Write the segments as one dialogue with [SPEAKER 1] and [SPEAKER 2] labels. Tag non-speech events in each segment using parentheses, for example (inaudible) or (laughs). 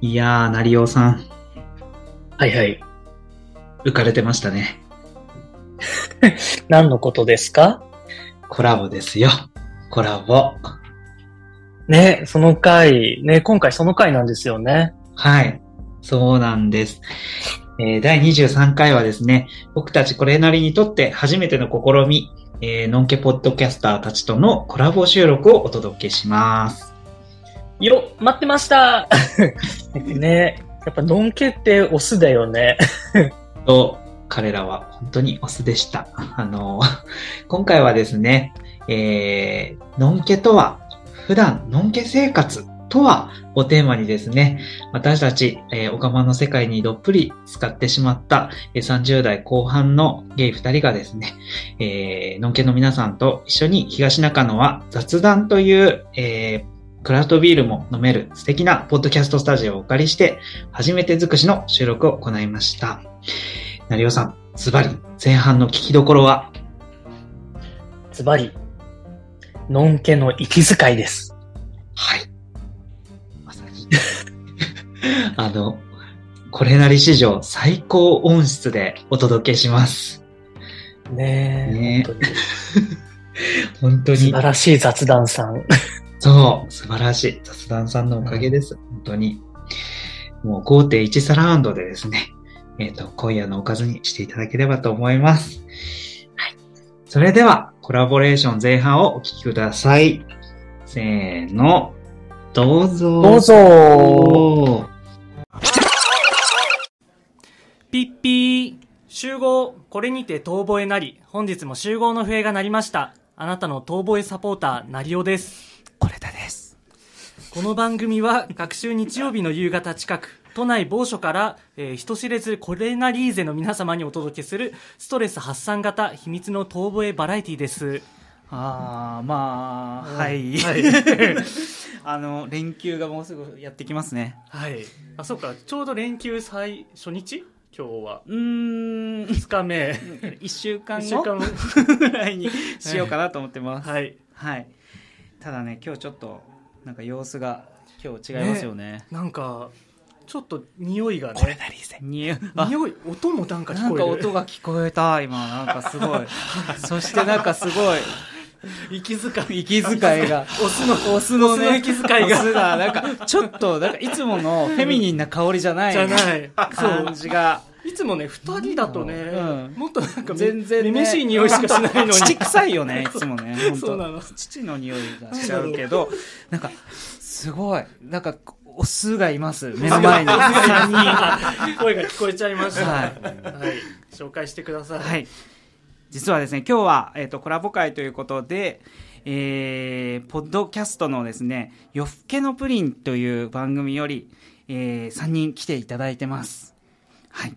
[SPEAKER 1] いやー、成尾さん、
[SPEAKER 2] はいはい。
[SPEAKER 1] 浮かれてましたね。
[SPEAKER 2] 何のことですか
[SPEAKER 1] コラボですよ。コラボ。
[SPEAKER 2] ね、その回、ね、今回その回なんですよね。
[SPEAKER 1] はい。そうなんです。えー第23回はですね、僕たちこれなりにとって初めての試み、えーのんけポッドキャスターたちとのコラボ収録をお届けします。
[SPEAKER 2] よ、待ってました (laughs) ね、やっぱ、のんけってオスだよね。
[SPEAKER 1] と、彼らは本当にオスでした。あの、今回はですね、えー、のんけとは、普段、のんけ生活とはをテーマにですね、私たち、えー、オカマの世界にどっぷり使ってしまった、えー30代後半のゲイ2人がですね、えー、のんけの皆さんと一緒に東中野は雑談という、えー、クラフトビールも飲める素敵なポッドキャストスタジオをお借りして、初めて尽くしの収録を行いました。成尾さん、ズバリ、前半の聞きどころは
[SPEAKER 2] ズバリ、のんけの息遣いです。
[SPEAKER 1] はい。まさに。 (laughs) あの、これなり史上最高音質でお届けします。
[SPEAKER 2] ね
[SPEAKER 1] ね
[SPEAKER 2] 本当に
[SPEAKER 1] 本当
[SPEAKER 2] 素
[SPEAKER 1] に
[SPEAKER 2] 晴。らしい雑談さん。
[SPEAKER 1] そう、素晴らしい。雑談さんのおかげです。本当に。もう5.1サラウンドでですね、 (laughs) えっ、と、今夜のおかずにしていただければと思います。はい。それでは、コラボレーション前半をお聞きください。せーの、どうぞ。
[SPEAKER 2] どうぞ
[SPEAKER 3] ピッピー集合これにて遠吠えなり本日も集合の笛が鳴りましたあなたの遠吠えサポーターなりおです
[SPEAKER 1] これだです。
[SPEAKER 3] この番組は各週日曜日の夕方近く都内某所から、えー人知れずコレナリーゼの皆様にお届けするストレス発散型秘密の遠吠えバラエティです
[SPEAKER 4] ああまあはい、 (laughs) あの連休がもうすぐやってきますね
[SPEAKER 3] はいあそうかちょうど連休最初日今日は
[SPEAKER 4] うーん
[SPEAKER 1] (laughs)
[SPEAKER 3] 2日目
[SPEAKER 4] 1週間
[SPEAKER 3] 一
[SPEAKER 4] 後
[SPEAKER 3] 目
[SPEAKER 4] ぐらいにしようかなと思ってますはい、
[SPEAKER 3] はい
[SPEAKER 4] ただね今日ちょっとなんか様子が今日違いますよね
[SPEAKER 3] なんかちょっと匂いがね
[SPEAKER 4] なりぜにあ
[SPEAKER 3] 匂い音もなんか聞
[SPEAKER 4] なん
[SPEAKER 3] こえ
[SPEAKER 4] か
[SPEAKER 3] る
[SPEAKER 4] 音が聞こえた今なんかす (laughs) ごいそしてなんかすごい
[SPEAKER 3] 息遣い
[SPEAKER 4] 息遣い
[SPEAKER 3] (laughs)
[SPEAKER 4] が
[SPEAKER 3] オスの
[SPEAKER 4] オスのね
[SPEAKER 3] オスの息遣いが
[SPEAKER 4] オスだ (laughs) なんかちょっとなんかいつものフェミニンな香りじゃない
[SPEAKER 3] じゃない
[SPEAKER 4] 感じが
[SPEAKER 3] いつもね2人だとね、
[SPEAKER 4] うん
[SPEAKER 3] もっとなんか
[SPEAKER 4] 全然、ね、
[SPEAKER 3] めめしい匂いしかしないのに
[SPEAKER 4] 父臭いよねいつも
[SPEAKER 3] (laughs)
[SPEAKER 4] ね本当
[SPEAKER 3] そうなの
[SPEAKER 4] 父の匂いがしちゃうけどなんかすごいなんかお酢がいます目の
[SPEAKER 3] (laughs)
[SPEAKER 4] 前に3人 (laughs)
[SPEAKER 3] 声が聞こえちゃいました
[SPEAKER 4] は
[SPEAKER 3] はいい、紹介してください、
[SPEAKER 4] はい実はですね今日は、えっとコラボ会ということでえーポッドキャストのですね「夜更けのプリン」という番組より、え3人来ていただいてますはい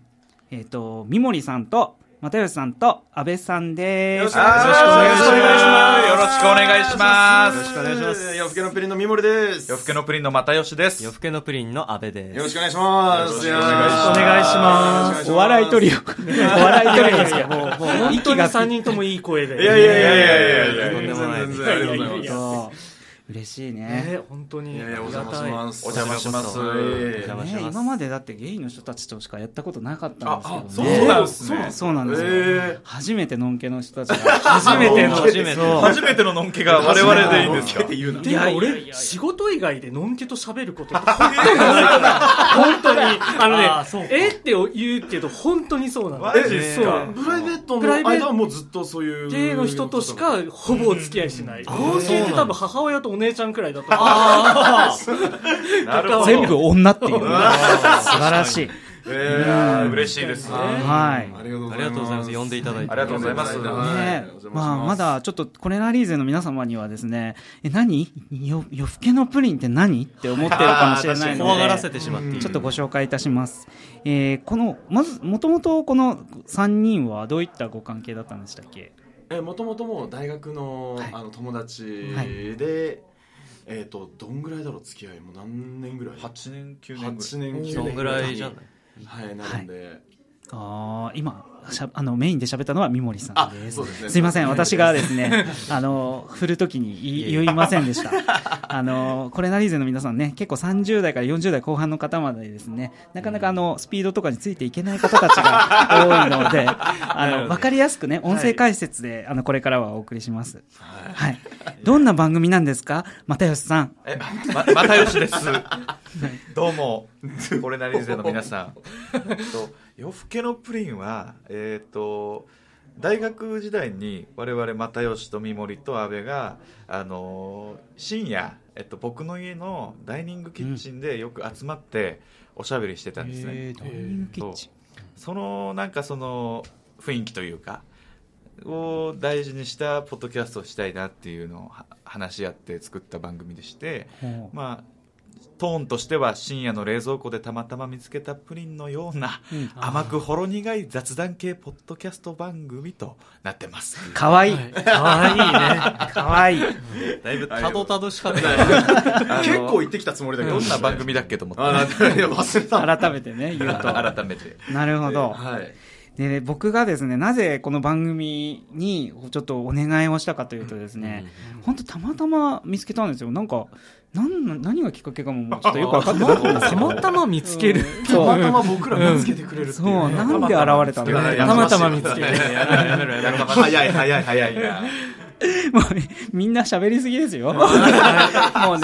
[SPEAKER 4] えっ、と三森さんと又吉さんと阿部さんです
[SPEAKER 5] よろしくお願いします。よろしくお願いします。
[SPEAKER 6] よろしくお願いします
[SPEAKER 5] よろしくお願いします。夜更けのプリンのみもりです。
[SPEAKER 6] 夜更けのプリンの又吉です。
[SPEAKER 7] 夜更けのプリンの阿部です。
[SPEAKER 5] よろしくお願いします。
[SPEAKER 6] よろしくお願いします
[SPEAKER 3] お願いします
[SPEAKER 4] お笑いト
[SPEAKER 5] (laughs)
[SPEAKER 4] リオ。お笑いトリオですよ。もう、もう、
[SPEAKER 3] 本当に
[SPEAKER 4] が
[SPEAKER 3] 3人ともいい声で
[SPEAKER 5] いやいやいやいやいやいや。
[SPEAKER 7] とんでもない
[SPEAKER 5] 全然全然ありがとうございます。
[SPEAKER 4] 嬉しいね。
[SPEAKER 3] ね本当に
[SPEAKER 5] いやいや、お
[SPEAKER 3] あり
[SPEAKER 5] 邪
[SPEAKER 3] が
[SPEAKER 5] 魔し
[SPEAKER 3] たい
[SPEAKER 5] ます。お邪魔します。
[SPEAKER 7] お邪魔し
[SPEAKER 4] ね
[SPEAKER 7] ます
[SPEAKER 4] 今までだってゲイの人たちとしかやったことなかったんですけど
[SPEAKER 5] ああそう
[SPEAKER 4] ね。
[SPEAKER 5] なんですね
[SPEAKER 4] そうなんですよ
[SPEAKER 5] ええ
[SPEAKER 4] 初めてのんけの人たちが。
[SPEAKER 3] 初めての
[SPEAKER 7] 初めての
[SPEAKER 6] 初めてののんけが我々でいいんですか
[SPEAKER 5] 言うな。
[SPEAKER 3] でも俺仕事以外でのんけと喋ることって本当に本当にあのね
[SPEAKER 4] あーそうか
[SPEAKER 3] えって言うけど本当にそうなの
[SPEAKER 6] マジっすか
[SPEAKER 3] え
[SPEAKER 5] プライベート
[SPEAKER 3] プライ
[SPEAKER 5] の
[SPEAKER 3] ベー
[SPEAKER 5] 間
[SPEAKER 3] ト
[SPEAKER 5] はもうずっとそういう。
[SPEAKER 3] ゲイの人とし
[SPEAKER 5] あ
[SPEAKER 3] かほぼお付き合いしない。同性って多分母親とお姉ちゃんくらいだと思う。 (laughs)
[SPEAKER 6] なるほど。
[SPEAKER 4] 全部女っていうね。素晴らしい。
[SPEAKER 6] えー嬉しいですね。
[SPEAKER 4] はい。
[SPEAKER 5] りがとうご
[SPEAKER 7] あ
[SPEAKER 5] ざい
[SPEAKER 7] りがとうござい
[SPEAKER 5] ま。
[SPEAKER 7] ますす。呼んでいただいて。
[SPEAKER 6] ありがとうございます。
[SPEAKER 5] はい
[SPEAKER 4] ね
[SPEAKER 5] お邪魔します
[SPEAKER 4] まあ、まだちょっとコレナリーゼの皆様にはですね、え、何よ夜更けのプリンって何って思ってるかもしれないので。
[SPEAKER 7] 怖がらせてしまっている。
[SPEAKER 4] ちょっとご紹介いたします。えーこの、まず、もともとこの3人はどういったご関係だったんでしたっけ
[SPEAKER 5] えもともともう大学の
[SPEAKER 4] はい
[SPEAKER 5] あの友達
[SPEAKER 4] はい
[SPEAKER 5] で、えっと、どんぐらいだろう、付き合い。もう何年ぐらい
[SPEAKER 6] 8年、9年ぐらい。
[SPEAKER 5] 8年
[SPEAKER 7] そんぐらいじゃない
[SPEAKER 5] はいなるんで、
[SPEAKER 8] ああ、今、しゃあのメインで喋ったのは三森さんです。
[SPEAKER 5] です
[SPEAKER 8] すいません、私がです (laughs) ね、あの、振るときに言い言いませんで (laughs) した。あの、コレナリーゼの皆さんね、結構30代から40代後半の方までですね、なかなかあの、スピードとかについていけない方たちが多いの (laughs) で、あの、わかりやすくね、音声解説で、あの、これからはお送りします。はい。どんな番組なんですか又吉さん。
[SPEAKER 6] え、ま、またよしです。 (laughs) どうも、これなりぜの皆 (laughs) さん。えっと夜更けのプリンは、えっ、と、大学時代に我々又吉と三森と阿部が、あのー深夜、えっと、僕の家のダイニングキッチンでよく集まっておしゃべりしてたんですね。
[SPEAKER 8] キッチン
[SPEAKER 6] そのなんかその雰囲気というかを大事にしたポッドキャストをしたいなっていうのをは話し合って作った番組でして、
[SPEAKER 8] ほう
[SPEAKER 6] まあ、トーンとしては深夜の冷蔵庫でたまたま見つけたプリンのような甘くほろ苦い雑談系ポッドキャスト番組となってます。
[SPEAKER 8] かわいい。
[SPEAKER 2] 可
[SPEAKER 8] (laughs) かわいい。
[SPEAKER 6] だいぶ
[SPEAKER 5] たどたどしかった
[SPEAKER 6] 結
[SPEAKER 5] 結構行ってきたつもりだけど
[SPEAKER 6] どんな番組だっけと思
[SPEAKER 5] あ
[SPEAKER 6] っ
[SPEAKER 5] なんかいや忘れた
[SPEAKER 8] (laughs) 改めてね、言う
[SPEAKER 6] て
[SPEAKER 8] と。
[SPEAKER 6] 改めて。
[SPEAKER 8] なるほど。
[SPEAKER 5] はい
[SPEAKER 8] (laughs) で、僕がですね、なぜこの番組にちょっとお願いをしたかというとですね、本当たまたま見つけたんですよ。なんか、なん何がきっかけかももうちょっとよくわかってなかったんです
[SPEAKER 3] た
[SPEAKER 8] けど
[SPEAKER 3] またま見つける。
[SPEAKER 5] たまたま僕ら見つけてくれるってい
[SPEAKER 8] そうう、
[SPEAKER 5] ね
[SPEAKER 8] なんで現れたの
[SPEAKER 5] ま
[SPEAKER 8] か
[SPEAKER 5] た
[SPEAKER 3] たまたま見つける。
[SPEAKER 5] (laughs) 早い早い早いな
[SPEAKER 8] もうねみんな喋りすぎですよ。 (laughs) もうね、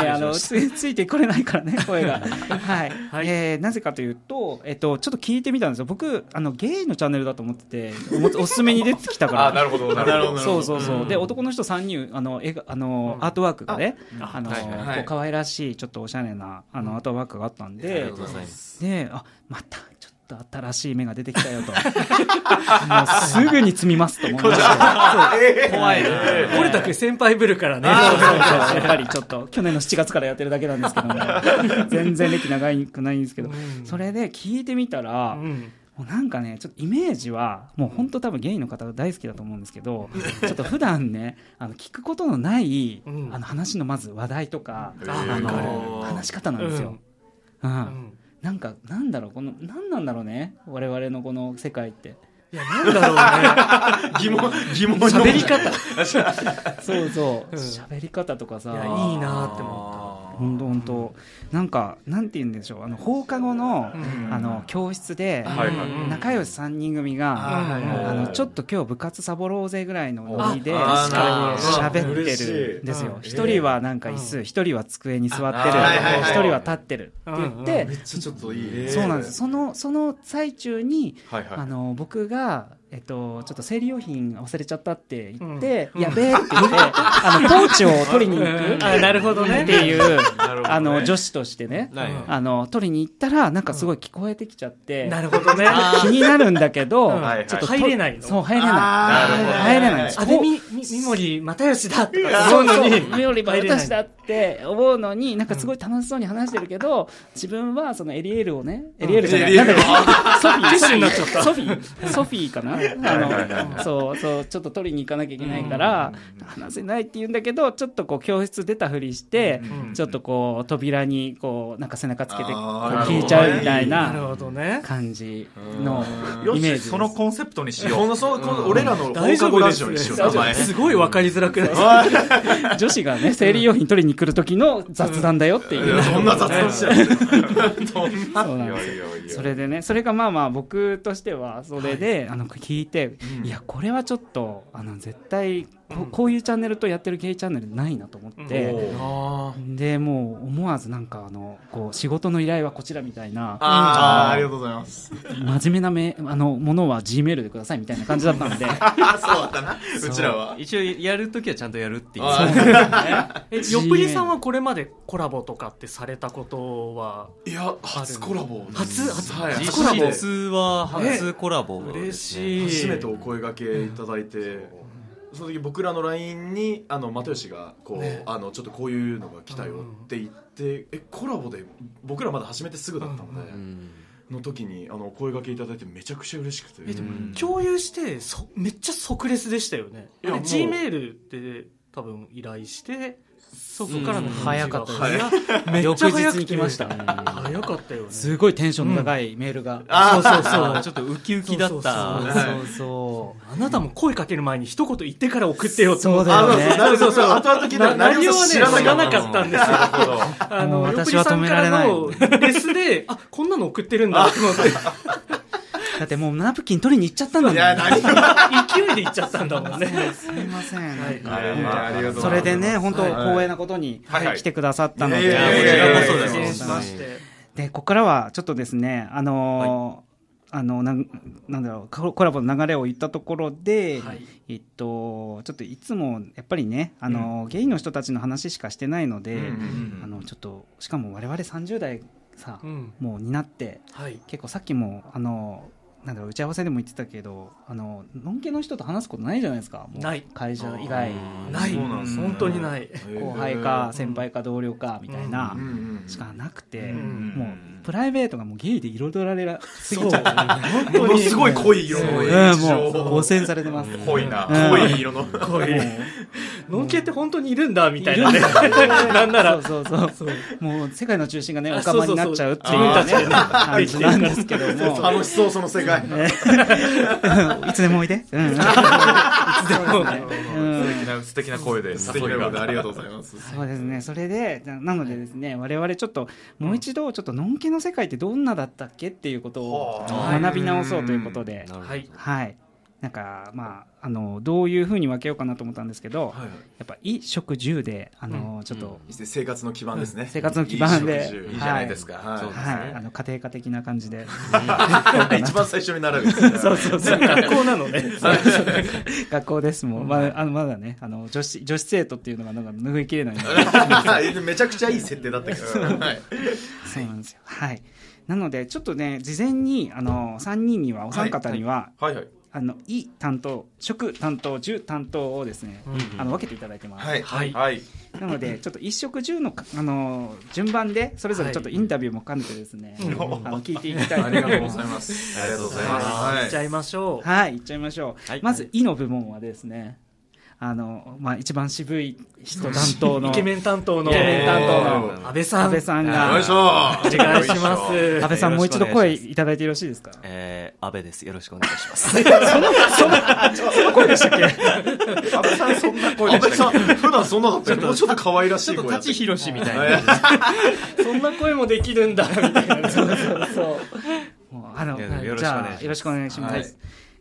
[SPEAKER 8] あの、つついてこれないからね、声が。 (laughs) はい。
[SPEAKER 3] はい
[SPEAKER 8] えーなぜかというと、えっと、ちょっと聞いてみたんですよ。僕、あの、ゲイのチャンネルだと思ってて、おもおすすめに出てきたから。
[SPEAKER 6] あ、なるほど、なるほど。
[SPEAKER 8] そうそうそう、で男の人3人あの絵があの、アートワークがねあの、
[SPEAKER 5] はいはいはい
[SPEAKER 8] こう可愛らしいちょっとおしゃれなあの、アートワークがあったん
[SPEAKER 5] ありが
[SPEAKER 8] で
[SPEAKER 5] とうございます
[SPEAKER 8] であまたちょっと新しい目が出てき
[SPEAKER 5] (laughs)
[SPEAKER 8] たよともうすぐに積みますと思いました
[SPEAKER 5] 怖いな
[SPEAKER 3] 俺たち先輩ぶるからね。
[SPEAKER 8] そうそうそうやっぱりちょっと去年の7月からやってるだけなんですけ
[SPEAKER 5] (laughs)
[SPEAKER 8] ども全然歴長くないんですけど、それで聞いてみたら、
[SPEAKER 3] うん
[SPEAKER 8] もうなんかね、ちょっとイメージは、もう本当多分ゲイの方が大好きだと思うんですけど、ちょっと普段ね、あの、聞くことのない、
[SPEAKER 3] うん
[SPEAKER 8] あの、話のまず話題とか、
[SPEAKER 6] ー
[SPEAKER 8] あ
[SPEAKER 6] わか
[SPEAKER 8] の、話し方なんですよ。うん。
[SPEAKER 3] うん
[SPEAKER 8] なんか、なんだろう、この、なんなんだろうね、我々のこの世界って。
[SPEAKER 3] いや、なんだ
[SPEAKER 5] 疑問疑問の
[SPEAKER 3] 喋り方
[SPEAKER 8] そうそ
[SPEAKER 3] (laughs)
[SPEAKER 8] う、
[SPEAKER 3] うん
[SPEAKER 8] 喋り方とかさ、
[SPEAKER 3] ろうね。いや、いいなーって思
[SPEAKER 8] 本当本当なんかなんて言うんでしょうあの放課後の、あの教室で、
[SPEAKER 6] はいはい
[SPEAKER 3] うん
[SPEAKER 8] 仲良し3人組が、
[SPEAKER 3] はいはいはい
[SPEAKER 8] あのちょっと今日部活サボろうぜぐらいのノリで
[SPEAKER 5] あ
[SPEAKER 8] あ
[SPEAKER 5] あ
[SPEAKER 8] 喋ってるんですよ
[SPEAKER 3] 嬉
[SPEAKER 8] 一人はなんか椅子一人は机に座ってる
[SPEAKER 6] あはいはいはい
[SPEAKER 8] 一人は立ってるって言って
[SPEAKER 5] めっちゃちょっといい
[SPEAKER 8] そうなんですそのその最中に
[SPEAKER 6] はいはい
[SPEAKER 8] あの僕が、えっと、ちょっと生理用品忘れちゃったって言って、やべえって言って、あの、ポーチを取りに行く。
[SPEAKER 3] あなるほどね
[SPEAKER 8] っていう、
[SPEAKER 6] るほどね
[SPEAKER 8] あの、女子としてね、
[SPEAKER 5] はい
[SPEAKER 8] あの、取りに行ったら、なんかすごい聞こえてきちゃって、
[SPEAKER 3] う。なるほどね。
[SPEAKER 8] 気になるんだけど、
[SPEAKER 3] うん
[SPEAKER 6] はいはい
[SPEAKER 8] ちょっと
[SPEAKER 3] 入れないの
[SPEAKER 8] そう、入れない。入れない。
[SPEAKER 3] あ、で、み、み、三森又吉だとか
[SPEAKER 8] そ
[SPEAKER 3] 思う
[SPEAKER 8] うそ
[SPEAKER 3] の
[SPEAKER 8] う
[SPEAKER 3] に。
[SPEAKER 8] 目よりも私だって思うのに、なんかすごい楽しそうに話してるけど、自分はそのエリエールをね、エリエールじゃない、なんだっけソフィー、ソフィー、ソフィー、ソフィーかなあの、そうそう、ちょっと取りに行かなきゃいけないから、話せないって言うんだけど、ちょっとこう教室出たふりして、ちょっとこう扉にこう、なんか背中つけて、こう
[SPEAKER 5] あー
[SPEAKER 8] 聞いちゃうみたい
[SPEAKER 3] なる
[SPEAKER 8] な
[SPEAKER 3] ほどね。
[SPEAKER 8] 感じの
[SPEAKER 6] よ
[SPEAKER 8] イメー
[SPEAKER 6] し、
[SPEAKER 8] ジ
[SPEAKER 6] そのコンセプトにしよ
[SPEAKER 5] こ
[SPEAKER 6] う。
[SPEAKER 5] のそうこの俺らの
[SPEAKER 3] 大丈
[SPEAKER 5] 放課
[SPEAKER 3] 夫
[SPEAKER 5] 後
[SPEAKER 3] で
[SPEAKER 5] ラ
[SPEAKER 3] す
[SPEAKER 5] ジオ
[SPEAKER 3] よ
[SPEAKER 5] にしよう名前
[SPEAKER 3] すごいわかりづらくなった
[SPEAKER 8] 女子がね、生理用品取りに来る時の雑談だよっていう。
[SPEAKER 5] そんな雑談しちゃう
[SPEAKER 8] そうなんですよ。それでね、それがまあまあ僕としては、それで、あの、聞いて、いや、これはちょっと、あの、絶対、ここういうチャンネルとやってるゲイチャンネルないなと思って、で、もう思わずなんか、あの、こう、仕事の依頼はこちらみたいな、
[SPEAKER 5] あーありがとうございます
[SPEAKER 8] 真面目なめ、あの、ものは G メールでくださいみたいな感じだったんで、
[SPEAKER 5] あそうだったなうちらは
[SPEAKER 7] 一応やるときはちゃんとやるっていう
[SPEAKER 5] あ
[SPEAKER 3] え、よっぷりさんはこれまでコラボとかってされたことは、
[SPEAKER 5] いや初コラボ
[SPEAKER 3] 初初
[SPEAKER 5] はい
[SPEAKER 3] 初コラボ
[SPEAKER 7] 実質は初コラボ
[SPEAKER 3] 嬉
[SPEAKER 7] い
[SPEAKER 3] しい。
[SPEAKER 5] 初めてお声掛けいただいて、その時僕らの LINE にあの又吉がこう、あのちょっとこういうのが来たよって言って、えコラボで僕らまだ始めてすぐだったので、の時にあのお声掛けいただいてめちゃくちゃ嬉しくて、
[SPEAKER 3] え、でも、共有して、そ、めっちゃ即レスでしたよね。
[SPEAKER 5] いやもう
[SPEAKER 3] G メールって、多分依頼して、そこからの
[SPEAKER 2] 早かったです
[SPEAKER 3] 返事が早めっ
[SPEAKER 2] 翌
[SPEAKER 3] ちゃ
[SPEAKER 2] 日
[SPEAKER 3] 早く
[SPEAKER 2] に来
[SPEAKER 3] て
[SPEAKER 2] ました。
[SPEAKER 3] 早かったよね
[SPEAKER 8] すごいテンションの高いメールが。
[SPEAKER 3] そうそう
[SPEAKER 7] あー
[SPEAKER 3] そ
[SPEAKER 7] ちょ
[SPEAKER 3] う
[SPEAKER 7] っとウキウキだっ
[SPEAKER 3] そう
[SPEAKER 7] た。
[SPEAKER 8] そうそ
[SPEAKER 3] あなたも声かける前に一言言ってから送ってよって思っ
[SPEAKER 8] そうだ
[SPEAKER 3] た
[SPEAKER 8] よね
[SPEAKER 5] なるほど、そうそう、後々聞いたら、
[SPEAKER 3] な
[SPEAKER 5] 何を知ら
[SPEAKER 3] 知ら
[SPEAKER 5] な
[SPEAKER 3] な
[SPEAKER 5] か
[SPEAKER 3] か
[SPEAKER 5] っ
[SPEAKER 3] ったんですよ
[SPEAKER 5] た。なるほど
[SPEAKER 3] あ
[SPEAKER 8] も
[SPEAKER 3] の
[SPEAKER 8] う私
[SPEAKER 3] 横
[SPEAKER 8] は
[SPEAKER 3] 井さんからの
[SPEAKER 8] 止
[SPEAKER 3] レスであこんなの送ってるんだと思って
[SPEAKER 8] う。だってもうナプキン取りに行っちゃったんだもん。
[SPEAKER 5] いや、何を。
[SPEAKER 3] 勢いで行っちゃったんだ
[SPEAKER 8] (laughs)
[SPEAKER 3] もんね
[SPEAKER 8] すみません。なんか
[SPEAKER 5] いやいやありがとうございます
[SPEAKER 8] それでね、本当
[SPEAKER 5] はい
[SPEAKER 8] 光栄なことに
[SPEAKER 6] はいはい
[SPEAKER 8] 来てくださったので、
[SPEAKER 5] いやいやいやいやいやこちらこそ
[SPEAKER 8] ありがとうございます
[SPEAKER 3] 失礼しまして
[SPEAKER 8] でここからはちょっとですねあのーあのなんなんだろうココラボの流れを言ったところで、
[SPEAKER 3] はい
[SPEAKER 8] えっとちょっといつもやっぱりねあのー、ゲイの人たちの話しかしてないので、あのちょっとしかも我々30代さ、
[SPEAKER 3] うん
[SPEAKER 8] もうになって
[SPEAKER 3] はい
[SPEAKER 8] 結構さっきもあのーなんだろう打ち合わせでも言ってたけどあののんけの人と話すことないじゃないですかもう
[SPEAKER 3] ない
[SPEAKER 8] 会社以外
[SPEAKER 3] ない
[SPEAKER 6] そうなんですね
[SPEAKER 3] 本当にない
[SPEAKER 8] 後輩か先輩か同僚かみたいな、
[SPEAKER 5] うんうん
[SPEAKER 8] しかなくて、
[SPEAKER 3] ん
[SPEAKER 8] もうプライベートがもうゲイで彩られらすぎ
[SPEAKER 3] そう
[SPEAKER 8] ちゃって
[SPEAKER 3] 本
[SPEAKER 5] も
[SPEAKER 3] 当
[SPEAKER 5] の
[SPEAKER 3] に
[SPEAKER 5] すごい濃い色の
[SPEAKER 8] うん
[SPEAKER 5] 日常
[SPEAKER 8] もう汚染されてます。
[SPEAKER 6] 濃いな
[SPEAKER 8] うん
[SPEAKER 6] 濃い色の
[SPEAKER 3] 濃い
[SPEAKER 8] もう
[SPEAKER 3] のんけって本当にいるんだみたいなねなんなら
[SPEAKER 8] そうそうそうもう世界の中心がねお
[SPEAKER 3] あ
[SPEAKER 8] かまになっちゃうっていう
[SPEAKER 3] そうそうそう
[SPEAKER 8] ね感
[SPEAKER 3] 自
[SPEAKER 8] じ
[SPEAKER 3] 分たち
[SPEAKER 8] なん
[SPEAKER 3] で
[SPEAKER 8] ですけども
[SPEAKER 5] 楽しそう、その世界。
[SPEAKER 8] いつでもおいで、うん、
[SPEAKER 6] 素敵な素敵な声で素敵な声でありがとうございます
[SPEAKER 8] そうですねそれでななのでですね我々ちょっともう一度ちょっとのんけの世界ってどんなだったっけっていうことを
[SPEAKER 6] はあ
[SPEAKER 8] 学び直そうということで
[SPEAKER 3] はい
[SPEAKER 8] はいなんかまああのどういうふうに分けようかなと思ったんですけど、
[SPEAKER 5] はいはい
[SPEAKER 8] やっぱ衣食住であの、ちょっと、
[SPEAKER 5] 生活の基盤ですね。
[SPEAKER 8] 生活の基盤で
[SPEAKER 5] いい食事
[SPEAKER 6] いいじゃないですか
[SPEAKER 5] はい
[SPEAKER 6] そうです
[SPEAKER 8] はい、あ
[SPEAKER 6] ね
[SPEAKER 8] の家庭科的な感じで
[SPEAKER 5] 一番最初に並ぶやつね。
[SPEAKER 8] そうそうそう
[SPEAKER 3] 学校なのね
[SPEAKER 8] (laughs) 学校ですもん、まあ、あのまだねあの女子女子生徒っていうのがなんか拭いきれないので
[SPEAKER 5] (laughs) めちゃくちゃいい設定だったけど。はい
[SPEAKER 8] そうなんですよはいなのでちょっとね事前にあの3人にはお三方には、
[SPEAKER 6] はいはい
[SPEAKER 8] あの衣担当食担当住担当をですね、あの分けていただいてます、
[SPEAKER 5] はい
[SPEAKER 3] はい
[SPEAKER 6] はい
[SPEAKER 8] なのでちょっと一食住のあの順番でそれぞれちょっとインタビューも兼ねてですね、あの聞いていきたいと
[SPEAKER 5] あ
[SPEAKER 8] 思
[SPEAKER 5] り
[SPEAKER 8] い
[SPEAKER 5] が
[SPEAKER 8] ま
[SPEAKER 5] とうご
[SPEAKER 8] す
[SPEAKER 5] ざいます。ありがとうござい
[SPEAKER 3] はい行
[SPEAKER 5] ま
[SPEAKER 3] っ
[SPEAKER 5] す。
[SPEAKER 3] ちゃいましょう
[SPEAKER 8] はい、いっちゃいましょう。
[SPEAKER 7] はい
[SPEAKER 8] まず、イの部門はですね、あの、まあ、一番渋い人担当の、
[SPEAKER 3] イケメン担当の
[SPEAKER 8] イケメン担当
[SPEAKER 3] 安倍さん
[SPEAKER 8] 安倍さん
[SPEAKER 5] よい
[SPEAKER 8] が
[SPEAKER 5] し、ょ
[SPEAKER 3] お願いします
[SPEAKER 8] 安倍さん、もう一度
[SPEAKER 7] よろしくお願
[SPEAKER 8] 声
[SPEAKER 7] いします
[SPEAKER 8] いただいてよろしいですか
[SPEAKER 7] えー、安倍です。よろしくお願いします。
[SPEAKER 6] 安倍さんそんな声
[SPEAKER 5] 安倍
[SPEAKER 6] でした
[SPEAKER 5] さ
[SPEAKER 6] っ
[SPEAKER 5] ん、普段そんなだったけど、もうちょっと可愛らしい声だった。
[SPEAKER 2] ちひろしみたいな。
[SPEAKER 3] そんな声もできるんだみたいなそうそうそう
[SPEAKER 8] もうあの、
[SPEAKER 7] いや
[SPEAKER 8] はい
[SPEAKER 7] よろし
[SPEAKER 8] じ
[SPEAKER 7] くお願いします
[SPEAKER 8] ゃあ、よろしくお願いします。
[SPEAKER 5] はい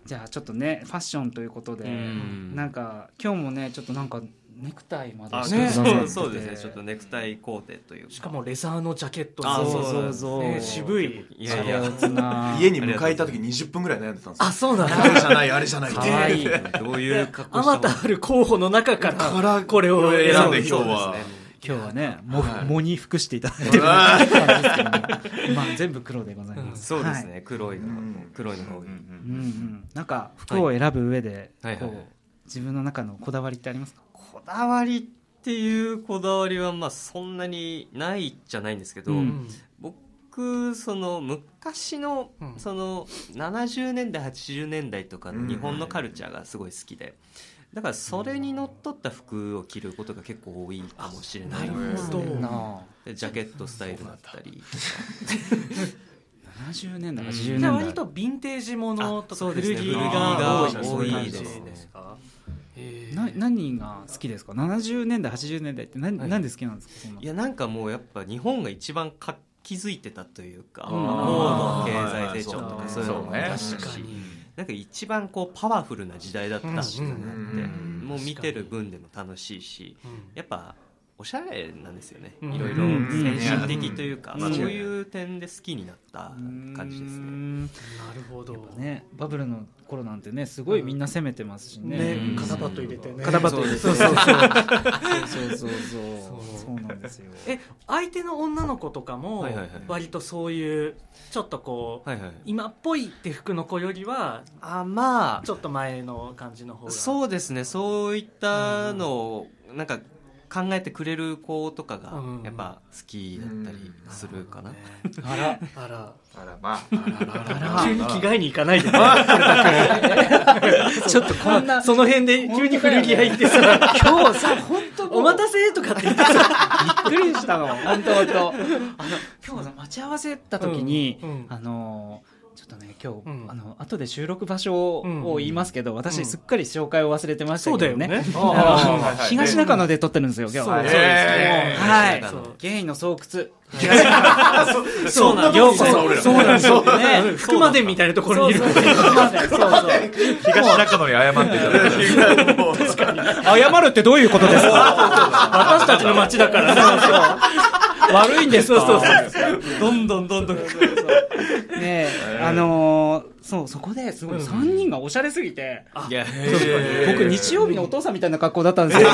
[SPEAKER 8] じゃあ、ちょっとね、ファッションということで、
[SPEAKER 7] ん
[SPEAKER 8] なんか、今日もね、ちょっとなんか、ネクタイまで
[SPEAKER 7] あ、
[SPEAKER 8] して
[SPEAKER 7] ね、
[SPEAKER 8] くださって
[SPEAKER 7] そ
[SPEAKER 8] て
[SPEAKER 7] うそうですね。ちょっとネクタイコーデというか。
[SPEAKER 3] しかもレザーのジャケット
[SPEAKER 7] あ
[SPEAKER 3] の
[SPEAKER 7] そうそうそう
[SPEAKER 3] ね渋い
[SPEAKER 7] いやいや、
[SPEAKER 8] シャレオ
[SPEAKER 5] (laughs)
[SPEAKER 8] ツな
[SPEAKER 5] 家に迎えた時20分ぐらい悩んでたんですよ。
[SPEAKER 3] そうなん
[SPEAKER 5] あれじゃない、あれじゃない。
[SPEAKER 8] 可愛い
[SPEAKER 7] どういう格好
[SPEAKER 3] あ
[SPEAKER 7] した
[SPEAKER 3] ま
[SPEAKER 7] の
[SPEAKER 3] たある候補の中か
[SPEAKER 5] からら
[SPEAKER 3] これを選
[SPEAKER 5] 選
[SPEAKER 3] ん
[SPEAKER 5] ん
[SPEAKER 3] で
[SPEAKER 5] で今日は。
[SPEAKER 8] 今日はね、も、
[SPEAKER 5] はい
[SPEAKER 8] 藻に服していただいてる感じですけども、 (laughs) まあ、全部黒でございます。
[SPEAKER 7] そうです
[SPEAKER 8] はい
[SPEAKER 7] ね。黒いの
[SPEAKER 5] ん、
[SPEAKER 7] 黒いの方がいい。
[SPEAKER 8] うんうん、なんか服を選ぶ上で、
[SPEAKER 7] はいはいはいはい
[SPEAKER 8] こ
[SPEAKER 7] う
[SPEAKER 8] 自分の中のこだわりってありますか、
[SPEAKER 7] こだわりっていうこだわりは、まあ、そんなにないじゃないんですけど、
[SPEAKER 8] うん
[SPEAKER 7] 僕その昔の,、
[SPEAKER 3] うん
[SPEAKER 7] その70年代80年代とか
[SPEAKER 5] うん
[SPEAKER 7] の日本のカルチャーがすごい好きでだからそれにのっとった服を着ることが結構多いかもしれないです
[SPEAKER 3] どう
[SPEAKER 8] な
[SPEAKER 7] でジャケットスタイルだったり
[SPEAKER 8] あ70年代
[SPEAKER 7] うん
[SPEAKER 8] 80年
[SPEAKER 3] じゃあ割
[SPEAKER 8] 代
[SPEAKER 3] とヴィンテージものと
[SPEAKER 7] あそ
[SPEAKER 3] か
[SPEAKER 7] うで
[SPEAKER 3] 古
[SPEAKER 7] すね
[SPEAKER 3] 着
[SPEAKER 7] あ
[SPEAKER 3] が
[SPEAKER 7] ー
[SPEAKER 3] 多い
[SPEAKER 7] 多い
[SPEAKER 3] で
[SPEAKER 7] ですすね
[SPEAKER 3] かえー
[SPEAKER 8] な何が好きですか70年代80年代って何,、なんで好きなんですかそんない
[SPEAKER 7] やなんかもうやっぱ日本が一番活気づいてたというか、
[SPEAKER 8] ん
[SPEAKER 7] 高度経済成長と
[SPEAKER 5] あー
[SPEAKER 7] かそういうのも
[SPEAKER 6] そうね
[SPEAKER 7] 出し
[SPEAKER 3] 確かに
[SPEAKER 7] なんか一番こうパワフルな時代だったっていうのがあって、
[SPEAKER 5] うん
[SPEAKER 7] もう見てる分でも楽しいし
[SPEAKER 3] うん
[SPEAKER 7] やっぱおしゃれなんですよね、
[SPEAKER 3] うん
[SPEAKER 7] いろいろ先進的というか、
[SPEAKER 5] うん
[SPEAKER 7] そういう点で好きになった感じです
[SPEAKER 8] う
[SPEAKER 7] ね。
[SPEAKER 8] ーん
[SPEAKER 3] なるほど
[SPEAKER 8] ねバブルの頃なんてねすごいみんな攻めてますしね,、
[SPEAKER 7] うん
[SPEAKER 3] 肩パッド入れてね
[SPEAKER 8] 肩パッド入れてそうそうそうそうそうそうそうなんですよ
[SPEAKER 3] え相手の女の子とかも
[SPEAKER 7] はいはいはい
[SPEAKER 3] 割とそういうちょっとこう
[SPEAKER 7] はいはい、
[SPEAKER 3] 今っぽいって服の子よりは
[SPEAKER 7] あま
[SPEAKER 3] ちょっと前の感じの方
[SPEAKER 7] あ
[SPEAKER 3] が
[SPEAKER 7] そうですねそういったのをなんか考えてくれる子とかが
[SPEAKER 3] うん
[SPEAKER 7] やっぱ好きだったりするかな。
[SPEAKER 3] あらあら
[SPEAKER 6] あらまあ
[SPEAKER 3] 急に着替えに行か
[SPEAKER 7] (laughs)
[SPEAKER 3] ないでね
[SPEAKER 8] ちょっとこんな
[SPEAKER 3] その辺で急に古着屋行ってさ
[SPEAKER 8] 今日さ本当
[SPEAKER 3] お待たせとかって言ってさ、
[SPEAKER 8] びっくりしたの本当本当あの今日さ待ち合わせた時に、
[SPEAKER 3] うんうん
[SPEAKER 8] あのちょっとね今日、
[SPEAKER 3] うん
[SPEAKER 8] あの後で収録場所を言いますけど、
[SPEAKER 3] うん
[SPEAKER 8] 私すっかり紹介を忘れてましたけど
[SPEAKER 3] そうだよ
[SPEAKER 8] ね,、
[SPEAKER 3] ね
[SPEAKER 8] あの
[SPEAKER 5] あーはいはい
[SPEAKER 8] 東中野で撮ってるんですよ今日
[SPEAKER 3] そ
[SPEAKER 8] は、
[SPEAKER 3] うで
[SPEAKER 8] ね
[SPEAKER 3] す
[SPEAKER 5] ね
[SPEAKER 8] はい
[SPEAKER 3] そう
[SPEAKER 8] ゲイの洞窟
[SPEAKER 3] そうなん
[SPEAKER 8] ようこそ
[SPEAKER 3] そうなんですよ。
[SPEAKER 8] ね
[SPEAKER 3] ね、福 (laughs) までみたいなところにいる。
[SPEAKER 6] 東中野に謝っていただいて。
[SPEAKER 8] 謝るってどういうことですか
[SPEAKER 3] 私たちの街だからね。
[SPEAKER 8] 悪いんですか
[SPEAKER 3] そうそうどんどんどんどん。
[SPEAKER 8] ねえ、あのーそう、そこですごい3人がおしゃれすぎて、
[SPEAKER 7] いや
[SPEAKER 8] 僕日曜日のお父さんみたいな格好だったんですよ。パ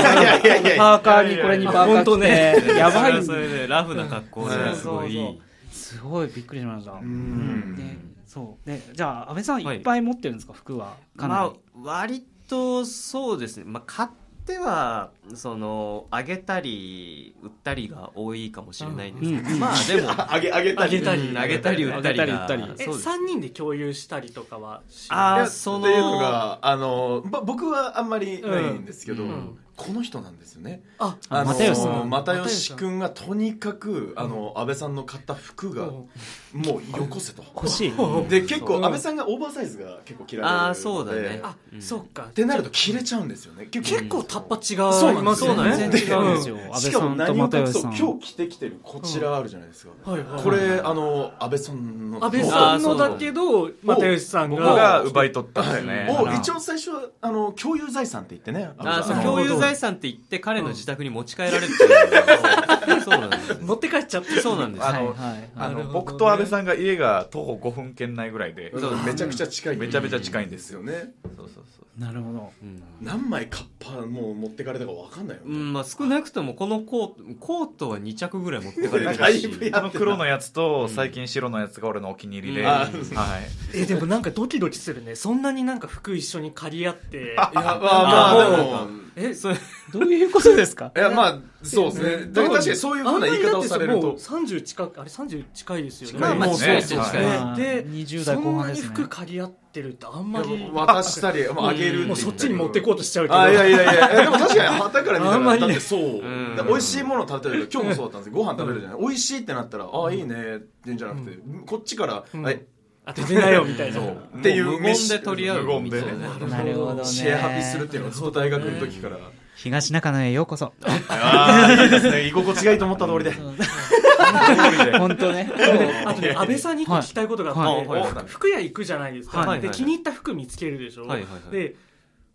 [SPEAKER 8] ーカーにこれにパーカ
[SPEAKER 3] 本当ね
[SPEAKER 8] ー着て、やばいん
[SPEAKER 7] それはそれでラフな格好
[SPEAKER 8] そう
[SPEAKER 7] です
[SPEAKER 8] そ
[SPEAKER 7] ご
[SPEAKER 8] う
[SPEAKER 7] いい
[SPEAKER 8] そ。
[SPEAKER 7] いう
[SPEAKER 8] すごいびっくりしました。
[SPEAKER 5] ん
[SPEAKER 8] で、そう。で、じゃあ、安倍さん
[SPEAKER 7] はい
[SPEAKER 8] いっぱい持ってるんですか、服は。かな
[SPEAKER 7] まあ
[SPEAKER 8] り。
[SPEAKER 7] 割とそうですね、まあ、買ってはそのあげたり売ったりが多いかもしれないんですけど、 (laughs) まあでも
[SPEAKER 5] あげあげたり
[SPEAKER 3] あげたり
[SPEAKER 7] うんあげたり売ったりが
[SPEAKER 8] あげたり売ったり
[SPEAKER 7] そうで
[SPEAKER 3] え、
[SPEAKER 7] すね
[SPEAKER 3] 3人で共有したりとかはし
[SPEAKER 7] あ
[SPEAKER 5] い
[SPEAKER 7] ー
[SPEAKER 5] や
[SPEAKER 7] そ
[SPEAKER 5] っていう
[SPEAKER 7] の
[SPEAKER 5] のがあのぼ僕はあんまりないんですけど、
[SPEAKER 7] うん
[SPEAKER 3] うん
[SPEAKER 5] この人なんですよね。
[SPEAKER 3] あ、
[SPEAKER 5] あの
[SPEAKER 8] 又吉さん
[SPEAKER 5] 又吉君がとにかくあの安倍さんの買った服がもうよこせと。
[SPEAKER 8] 欲しい。
[SPEAKER 5] で結
[SPEAKER 7] う
[SPEAKER 5] 構
[SPEAKER 7] ん
[SPEAKER 5] 安倍さんがオーバーサイズが結構嫌いなので
[SPEAKER 7] ああそうだね
[SPEAKER 3] あ、
[SPEAKER 7] うん
[SPEAKER 3] そっか
[SPEAKER 5] っ。てなると切れちゃうんですよね。結構
[SPEAKER 3] 結構タッパ違
[SPEAKER 5] そう
[SPEAKER 3] い
[SPEAKER 5] なん
[SPEAKER 3] ま
[SPEAKER 5] ですす
[SPEAKER 3] よ
[SPEAKER 5] よ
[SPEAKER 3] ね。
[SPEAKER 8] 全然違うんですよ。安
[SPEAKER 5] し
[SPEAKER 8] 倍
[SPEAKER 5] か
[SPEAKER 8] さ
[SPEAKER 5] も
[SPEAKER 8] んと
[SPEAKER 5] 何を
[SPEAKER 8] 又
[SPEAKER 5] 隠
[SPEAKER 8] 吉
[SPEAKER 5] そう
[SPEAKER 8] さん。
[SPEAKER 5] 今日着てきてるこちらあるじゃないですか、
[SPEAKER 3] はいはい
[SPEAKER 5] これあの安倍さんの
[SPEAKER 3] 安倍
[SPEAKER 7] あ
[SPEAKER 3] さ
[SPEAKER 7] ー
[SPEAKER 3] ん
[SPEAKER 7] そ
[SPEAKER 3] の
[SPEAKER 7] うそう
[SPEAKER 3] だけど、又吉さん
[SPEAKER 6] 僕
[SPEAKER 3] が
[SPEAKER 6] が。奪い取ったんですね。
[SPEAKER 5] を一応最初はあの共有財産って言ってね安倍
[SPEAKER 7] あー
[SPEAKER 5] さん
[SPEAKER 7] そう
[SPEAKER 3] なるほど
[SPEAKER 7] 共有財産って言って彼の自宅に持ち帰られるっていうそうなんです
[SPEAKER 3] 持って帰っちゃって。
[SPEAKER 7] そうなんです
[SPEAKER 6] あ
[SPEAKER 8] はい
[SPEAKER 6] の
[SPEAKER 8] はい
[SPEAKER 6] あ
[SPEAKER 8] はい。
[SPEAKER 3] なるほ
[SPEAKER 6] の
[SPEAKER 3] どね
[SPEAKER 6] 僕と安倍さんが家が徒歩5分圏内ぐらいで、
[SPEAKER 7] そう
[SPEAKER 5] めちゃくちゃ近い
[SPEAKER 6] めちゃめちゃ近いんで
[SPEAKER 5] ですす
[SPEAKER 6] よ。
[SPEAKER 5] よね
[SPEAKER 6] そうそうそう
[SPEAKER 8] なるほど。
[SPEAKER 7] うん
[SPEAKER 5] 何枚カッパもう持ってかれたかわかんないよ
[SPEAKER 7] う
[SPEAKER 5] ね、
[SPEAKER 7] んまあ、少なくともこのコートコートは2着ぐらい持ってかれて
[SPEAKER 5] だ
[SPEAKER 7] る
[SPEAKER 5] い
[SPEAKER 7] し
[SPEAKER 5] ぶや
[SPEAKER 6] あの黒のやつと最近白のやつが俺のお気に入りで、
[SPEAKER 7] うん
[SPEAKER 6] は
[SPEAKER 7] あ
[SPEAKER 6] い
[SPEAKER 7] ー
[SPEAKER 3] え、でもなんかドキドキするね。そんなになんか服一緒に借り合って。
[SPEAKER 5] いやまあまあでも
[SPEAKER 3] え、そ
[SPEAKER 8] どういうことですか
[SPEAKER 5] いやまあそうですねで確かにそういうふうな言い方をされると
[SPEAKER 3] 30近くあれ30近いですよね
[SPEAKER 5] 近い
[SPEAKER 3] もう
[SPEAKER 6] 近い
[SPEAKER 3] そう
[SPEAKER 6] です
[SPEAKER 3] そう
[SPEAKER 6] ね
[SPEAKER 8] はい
[SPEAKER 3] で
[SPEAKER 8] 20代後半ですね
[SPEAKER 3] そんなに服借り合ってるってあんまり
[SPEAKER 5] いや渡したりまああげる
[SPEAKER 3] もうそっちに持ってこうとしちゃうけど
[SPEAKER 5] あいやいやいやいやでも確かに旗から見た
[SPEAKER 3] あんま
[SPEAKER 5] ら
[SPEAKER 3] りね
[SPEAKER 5] だってそう
[SPEAKER 7] うん
[SPEAKER 5] だから美味しいものを食べてる今日もそうだったんですけどご飯食べるじゃない美味しいってなったらああいいねって言うんじゃなくてこっちから
[SPEAKER 3] うん
[SPEAKER 5] はい
[SPEAKER 3] 当ててないよみたいな
[SPEAKER 5] っていう
[SPEAKER 7] も無言で取り合う
[SPEAKER 6] 無言で
[SPEAKER 7] そう
[SPEAKER 6] ね
[SPEAKER 8] なるほどね。
[SPEAKER 5] シェアハピするっていうのはずっと大学の時から
[SPEAKER 8] 東中野へようこそ。
[SPEAKER 6] あーいいで
[SPEAKER 5] (laughs)
[SPEAKER 6] すね居心地がいいと思った通りで
[SPEAKER 8] 本当ね。
[SPEAKER 3] (laughs) あとね安倍さんに一個聞きたいことがあって、
[SPEAKER 6] はいはい
[SPEAKER 3] 服屋行くじゃないですか、
[SPEAKER 7] はいはい
[SPEAKER 3] で気に入った服見つけるでしょ、
[SPEAKER 7] はいはいはい
[SPEAKER 3] で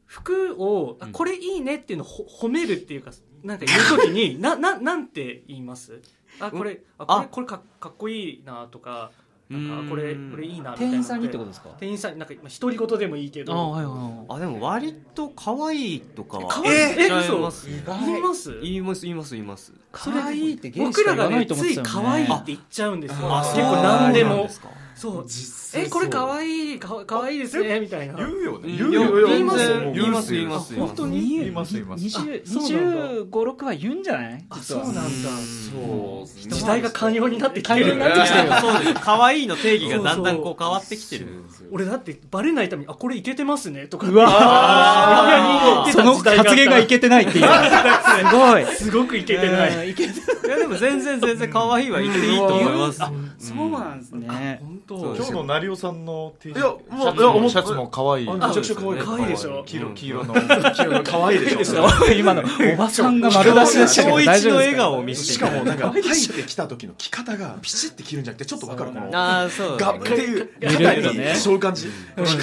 [SPEAKER 3] 服をあ
[SPEAKER 7] うん
[SPEAKER 3] これいいねっていうのをほ褒めるっていうかなんか言う時に (laughs) なななんて言いますあこれあこれ
[SPEAKER 7] あ
[SPEAKER 3] これかかっこいいなとか
[SPEAKER 7] う
[SPEAKER 3] なん
[SPEAKER 7] ん
[SPEAKER 3] かこれこれいいなみたいな
[SPEAKER 8] 店員さんにってことですか
[SPEAKER 3] 店員さんになんかまあ独り言でもいいけど
[SPEAKER 8] あ、はいはいはい。
[SPEAKER 7] あでも割と可愛いとかは
[SPEAKER 3] 可愛い
[SPEAKER 7] 言っちゃい
[SPEAKER 3] え嘘
[SPEAKER 7] ますね
[SPEAKER 3] 言います
[SPEAKER 7] 言います言います言います
[SPEAKER 8] 可愛いって芸
[SPEAKER 3] 僕らがねつい可愛いって言っちゃうんですよ結構何でもそうえこれ可愛いかわ可愛いですねみたいな
[SPEAKER 5] 言うよね
[SPEAKER 7] 言
[SPEAKER 5] 言
[SPEAKER 7] う
[SPEAKER 5] う
[SPEAKER 7] よ
[SPEAKER 5] よ
[SPEAKER 7] 言います
[SPEAKER 5] もう
[SPEAKER 7] 言います言います
[SPEAKER 3] 本当に
[SPEAKER 6] 言います言います
[SPEAKER 8] 20
[SPEAKER 3] あそうなんだ
[SPEAKER 8] 25、6は言うんじゃない
[SPEAKER 3] あ
[SPEAKER 8] 実
[SPEAKER 3] そう
[SPEAKER 8] は
[SPEAKER 3] なんだ
[SPEAKER 5] そうですね
[SPEAKER 3] 時代が寛容になってきてる
[SPEAKER 8] 寛容になってきてる
[SPEAKER 7] そうです可愛いの定義がだんだんこう変わってきてる
[SPEAKER 3] 俺だってバレないためにあこれいけてますねとかうわ
[SPEAKER 8] その発言がいけてないっていう。すごい。
[SPEAKER 3] すごくいけてない
[SPEAKER 8] うんいけて
[SPEAKER 7] いやでも全然全然可愛いは言っていいと思います
[SPEAKER 8] そうなんですね。
[SPEAKER 3] 本
[SPEAKER 7] そう
[SPEAKER 3] 当
[SPEAKER 7] で
[SPEAKER 6] 今日
[SPEAKER 7] す
[SPEAKER 6] の成尾さんの T
[SPEAKER 5] い
[SPEAKER 6] シ
[SPEAKER 5] や
[SPEAKER 6] ャ
[SPEAKER 5] も
[SPEAKER 6] ツ
[SPEAKER 5] ういや思った
[SPEAKER 6] シャツも可愛い
[SPEAKER 5] あめちゃくちゃ可愛い
[SPEAKER 3] 可愛いでしょ
[SPEAKER 6] 黄色黄色の
[SPEAKER 5] 黄色の可 (laughs) 愛いでしょ
[SPEAKER 8] 今のおばさんが丸出しでしたけ
[SPEAKER 7] 小
[SPEAKER 8] ど
[SPEAKER 7] 一
[SPEAKER 8] 大丈
[SPEAKER 7] の
[SPEAKER 8] 夫です
[SPEAKER 7] 笑
[SPEAKER 8] か
[SPEAKER 7] 顔を見せて
[SPEAKER 5] しかもなんか入ってきた時の着方がピシッて着るんじゃなくてちょっとわかるこのガ
[SPEAKER 7] ああそう
[SPEAKER 5] ッっていう
[SPEAKER 8] る
[SPEAKER 5] 肩
[SPEAKER 8] よね
[SPEAKER 5] にそういう感じ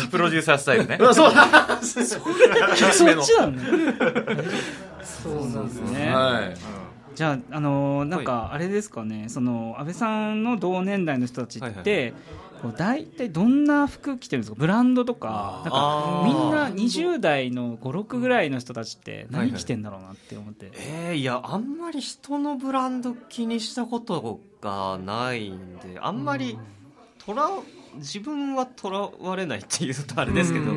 [SPEAKER 6] プロデューサースタイルね
[SPEAKER 5] うわそう
[SPEAKER 8] そっちなの
[SPEAKER 3] そうなんです
[SPEAKER 8] ね。
[SPEAKER 5] はい
[SPEAKER 8] じゃあ、あのーなんかあれですかね、その安倍さんの同年代の人たち
[SPEAKER 7] は
[SPEAKER 8] っ
[SPEAKER 7] いはい
[SPEAKER 8] て、こう大体どんな服着てるんですか、ブランドとか、なんか
[SPEAKER 7] あー
[SPEAKER 8] みんな20代の5、6ぐらいの人たちって、何着てんだろうなって思って、
[SPEAKER 7] えー、いやあんまり人のブランド気にしたことがないんであんまりとら自分はとらわれないっていうとあれですけど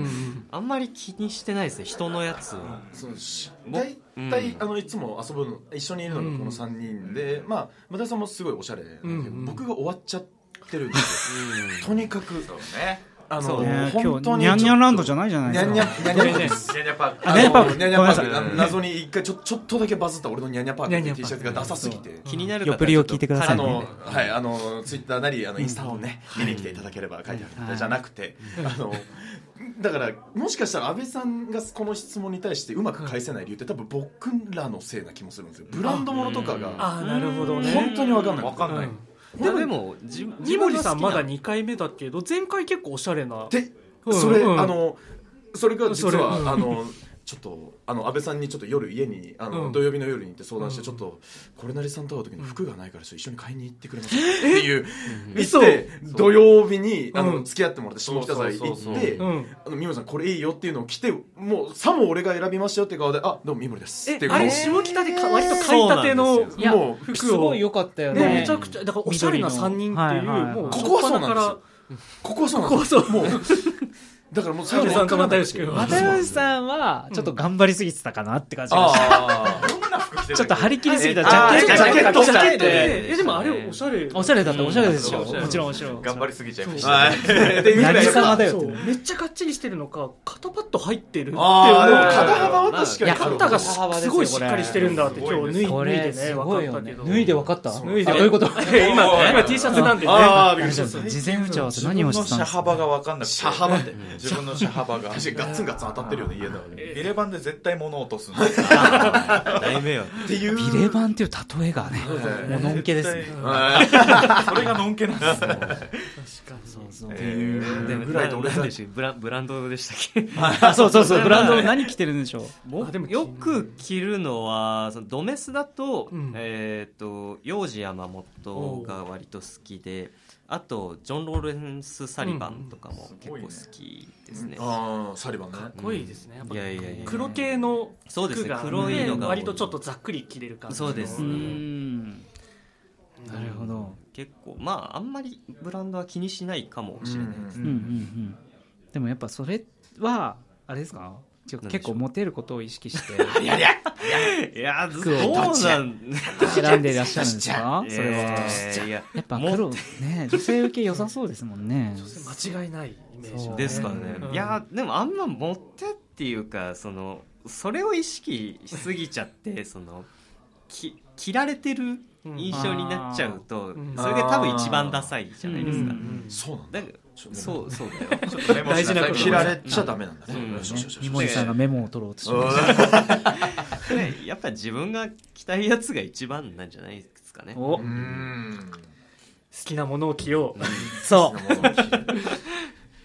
[SPEAKER 7] あんまり気にしてないですね人のやつは
[SPEAKER 5] そうし大体、
[SPEAKER 7] うん
[SPEAKER 5] あのいつも遊ぶの一緒にいるのがこの3人で、まあ牟田さんもすごいおしゃれなんだけど、
[SPEAKER 3] うん
[SPEAKER 5] 僕が終わっちゃってるんですよ、とにかく
[SPEAKER 6] そうね
[SPEAKER 5] あの
[SPEAKER 7] そう
[SPEAKER 8] ね今
[SPEAKER 5] 本
[SPEAKER 8] 日
[SPEAKER 5] 当に
[SPEAKER 8] ニャンニャンランドじゃないじゃない
[SPEAKER 5] ニ
[SPEAKER 8] で
[SPEAKER 5] ャ
[SPEAKER 8] す
[SPEAKER 5] ン
[SPEAKER 8] か
[SPEAKER 5] ニャンニャンニャンパークです
[SPEAKER 9] ニャニャパーク
[SPEAKER 8] あニャンパーク
[SPEAKER 5] ニャンニャンパーク
[SPEAKER 8] ごめんなさい
[SPEAKER 5] あの謎に一回ちょちょっとだけバズった俺のニャンニャンパークっていう T シャツがダサすぎて
[SPEAKER 7] 気になる
[SPEAKER 8] よっぷりを聞いてくださ
[SPEAKER 5] あ
[SPEAKER 8] いね
[SPEAKER 5] の、はい、あの、ツイッターなり、あの、インスタをね、見に来ていただければ書いてあるんで
[SPEAKER 8] はい
[SPEAKER 5] じゃなくて、あの、だから、もしかしたら安倍さんがこの質問に対してうまく返せない理由って多分僕らのせいな気もするんですよ。ブランドものとかが、
[SPEAKER 3] ああなるほどね
[SPEAKER 5] 本当にわかんない。
[SPEAKER 9] わかんない。
[SPEAKER 7] でもでもじ
[SPEAKER 3] ジモリさんまだ
[SPEAKER 7] に
[SPEAKER 3] 2回目だけど前回結構おしゃれな
[SPEAKER 5] で、
[SPEAKER 3] うん
[SPEAKER 5] それ、
[SPEAKER 3] うん
[SPEAKER 5] あの、それが実
[SPEAKER 3] それ
[SPEAKER 5] は
[SPEAKER 3] う、ん
[SPEAKER 5] あの、ちょっとあの安倍さんにちょっと夜家にあの、
[SPEAKER 3] うん
[SPEAKER 5] 土曜日の夜に行って相談して、
[SPEAKER 3] うん
[SPEAKER 5] ちょっとこれなりさんと会う時に服がないからちょっと一緒に買いに行ってくれますかっていう言って土曜日にあの、
[SPEAKER 3] うん
[SPEAKER 5] 付き合ってもらって下北沢行っ
[SPEAKER 9] そ
[SPEAKER 5] て
[SPEAKER 9] うそうそうそう
[SPEAKER 3] うん
[SPEAKER 5] あの、ミモさんこれいいよっていうのを着て、もう、さも俺が選びましたよって顔で、あ、どうもミモリです。
[SPEAKER 3] え
[SPEAKER 5] っていう
[SPEAKER 3] あ
[SPEAKER 5] 顔
[SPEAKER 3] れ下北でか割と買いたての
[SPEAKER 2] いや
[SPEAKER 5] もう、
[SPEAKER 2] 服すごい良かったよ
[SPEAKER 3] ね
[SPEAKER 2] ね
[SPEAKER 3] めちゃくちゃだからおしゃれな3人っていう
[SPEAKER 8] 緑のはいはいはい
[SPEAKER 3] もう
[SPEAKER 5] ここはそうなん
[SPEAKER 3] 初っ端か
[SPEAKER 5] です
[SPEAKER 3] ら
[SPEAKER 5] よ。ここはそうなん
[SPEAKER 3] ここ
[SPEAKER 5] で
[SPEAKER 3] は
[SPEAKER 5] す
[SPEAKER 3] そう
[SPEAKER 5] よ。もう、だからもう
[SPEAKER 3] 安部さんと又吉君は
[SPEAKER 8] 又吉さんはちょっと頑張りすぎてたかなって感じがし
[SPEAKER 5] ああ。
[SPEAKER 8] たちょっと張り切りすぎた
[SPEAKER 9] え
[SPEAKER 8] ジャケッ
[SPEAKER 9] あ
[SPEAKER 8] ト
[SPEAKER 9] ージャケットジ
[SPEAKER 3] ジャケット
[SPEAKER 9] ャケッ
[SPEAKER 3] で
[SPEAKER 9] トで
[SPEAKER 3] えでもあれおしゃれ
[SPEAKER 8] おしゃれだったおしゃれですよ
[SPEAKER 9] うん
[SPEAKER 8] もちろんもちろん
[SPEAKER 9] 頑張りすぎちゃいました。
[SPEAKER 5] はい。っていうぐ
[SPEAKER 8] や
[SPEAKER 5] ら
[SPEAKER 8] り
[SPEAKER 5] い
[SPEAKER 8] さまだよ
[SPEAKER 3] そ
[SPEAKER 8] っ
[SPEAKER 3] う
[SPEAKER 8] てね
[SPEAKER 3] めっちゃがっちりしてるのか肩パッド入ってるっていうの
[SPEAKER 5] ああ、でも
[SPEAKER 3] を
[SPEAKER 5] 肩幅は確か
[SPEAKER 8] い
[SPEAKER 5] に
[SPEAKER 8] や
[SPEAKER 5] ある。
[SPEAKER 3] 肩が
[SPEAKER 8] 肩幅です
[SPEAKER 3] す
[SPEAKER 8] よ
[SPEAKER 3] ごいしっかりしてるんだって
[SPEAKER 9] こ
[SPEAKER 3] 今
[SPEAKER 9] れ
[SPEAKER 3] 日脱い
[SPEAKER 8] こ
[SPEAKER 3] 脱いで
[SPEAKER 8] れ
[SPEAKER 3] ね
[SPEAKER 8] す
[SPEAKER 3] 分
[SPEAKER 8] ご
[SPEAKER 3] か
[SPEAKER 8] いよ
[SPEAKER 3] ったけ
[SPEAKER 8] ね
[SPEAKER 3] ど
[SPEAKER 8] 脱いで分かったあ
[SPEAKER 5] そう
[SPEAKER 8] どういうこと
[SPEAKER 3] (laughs) 今今 T シャツなんでね
[SPEAKER 5] ああ、びっくりし
[SPEAKER 8] 事
[SPEAKER 5] ました。
[SPEAKER 8] 前打ち合わせ何をして
[SPEAKER 9] 自分の車
[SPEAKER 8] たんですか
[SPEAKER 9] 幅が分かんなくて。
[SPEAKER 5] 車幅って。
[SPEAKER 9] 自分の車幅が。
[SPEAKER 5] 確かにガッツンガッツン当たってるよね、家だからね。
[SPEAKER 9] ビレバンで絶対物落とすんだよ。 (laughs)
[SPEAKER 7] 大迷惑
[SPEAKER 5] っていう。
[SPEAKER 8] ビレバンっていう例えがねもうのんけですね
[SPEAKER 9] 絶
[SPEAKER 5] はい。
[SPEAKER 9] 対それがのんけなんですね。
[SPEAKER 5] っていうぐらいで俺
[SPEAKER 7] なん
[SPEAKER 5] た
[SPEAKER 7] で
[SPEAKER 5] ち。
[SPEAKER 7] しょうブランブランドでしたっけ
[SPEAKER 8] あそうそうそうブランドの何着てるんでしょう
[SPEAKER 7] 僕よく着るのはそのドメスだと,、
[SPEAKER 3] うん
[SPEAKER 7] えー、と幼児山本が割と好きであとジョン・ローレンス・サリバンとかも結構好きですね,、
[SPEAKER 5] ああ、サリバンね。
[SPEAKER 3] かっこいいですねやっぱ
[SPEAKER 7] いやいやいや
[SPEAKER 3] 黒系の
[SPEAKER 7] そうです
[SPEAKER 3] 服
[SPEAKER 7] ね
[SPEAKER 3] が
[SPEAKER 7] 黒いのが多い
[SPEAKER 3] 割とちょっとざっくり着れる感じの
[SPEAKER 7] そうです
[SPEAKER 8] うー
[SPEAKER 7] ね
[SPEAKER 8] んなるほど
[SPEAKER 7] 結構まああんまりブランドは気にしないかもしれないです、
[SPEAKER 8] うんうんうんでもやっぱそれはあれですかちょ
[SPEAKER 7] 何でしょう
[SPEAKER 8] 結構モテることを意識して
[SPEAKER 7] いやど
[SPEAKER 8] 服を
[SPEAKER 7] うなん
[SPEAKER 8] 選んでいらっしゃるんですかそれは
[SPEAKER 7] えーいや
[SPEAKER 8] やっぱ黒ね女性受け良さそうですもんね
[SPEAKER 3] 間違いないイメージ
[SPEAKER 8] そう
[SPEAKER 7] ですからね、
[SPEAKER 3] うん
[SPEAKER 7] いやでもあんま持ってっていうかそのそれを意識しすぎちゃってそのき着られてる印象になっちゃうと、
[SPEAKER 3] うん
[SPEAKER 7] それが多分一番ダサいじゃないですか、
[SPEAKER 5] そうなんだ。
[SPEAKER 7] だからそうそうだよ
[SPEAKER 9] 大事な
[SPEAKER 5] 切られちゃダメなんだね。
[SPEAKER 7] うん
[SPEAKER 5] よしよしよしよし
[SPEAKER 8] 三森さんがメモを取ろうとしてます
[SPEAKER 7] でやっぱ自分が着たいやつが一番なんじゃないですかね
[SPEAKER 8] お
[SPEAKER 5] うーん。
[SPEAKER 3] きなものを着よ
[SPEAKER 8] そう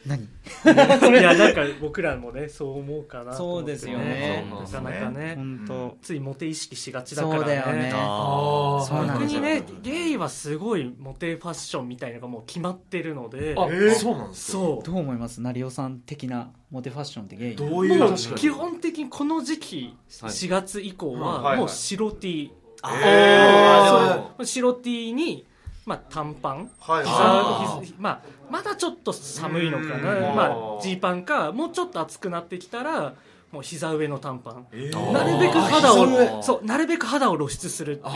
[SPEAKER 8] 何
[SPEAKER 3] う (laughs) いやなんか僕らもねそう思うかなと思って
[SPEAKER 8] そうですよね
[SPEAKER 3] なかなかね
[SPEAKER 8] 本当
[SPEAKER 3] ついモテ意識しがちだか
[SPEAKER 8] そう
[SPEAKER 3] ら
[SPEAKER 8] だよね
[SPEAKER 7] あ
[SPEAKER 8] そうなん
[SPEAKER 3] 逆
[SPEAKER 8] です
[SPEAKER 3] に
[SPEAKER 8] よ
[SPEAKER 3] ねゲイはすごいモテファッションみたいのがもう決まってるので
[SPEAKER 5] あ、そうなんです
[SPEAKER 3] そ
[SPEAKER 8] どう思います成尾さん的なモテファッションってゲイ
[SPEAKER 5] どう
[SPEAKER 3] う
[SPEAKER 5] いう
[SPEAKER 3] もう
[SPEAKER 5] 確かに
[SPEAKER 3] 基本的にこの時期
[SPEAKER 7] はい
[SPEAKER 3] 4月以降
[SPEAKER 5] うんはいは
[SPEAKER 3] はいもう白 T
[SPEAKER 5] えー
[SPEAKER 3] 白 T にまあ短パン
[SPEAKER 5] はい
[SPEAKER 3] 膝膝まあ、まだちょっと寒いのかな
[SPEAKER 5] うん
[SPEAKER 3] ま
[SPEAKER 5] あ
[SPEAKER 3] あ
[SPEAKER 5] ー
[SPEAKER 3] ジーパンかもうちょっと暑くなってきたらもう膝上の短パン
[SPEAKER 5] えー
[SPEAKER 3] なるべく肌
[SPEAKER 5] あー膝
[SPEAKER 3] をそうなるべく肌を露出するっていう
[SPEAKER 5] あ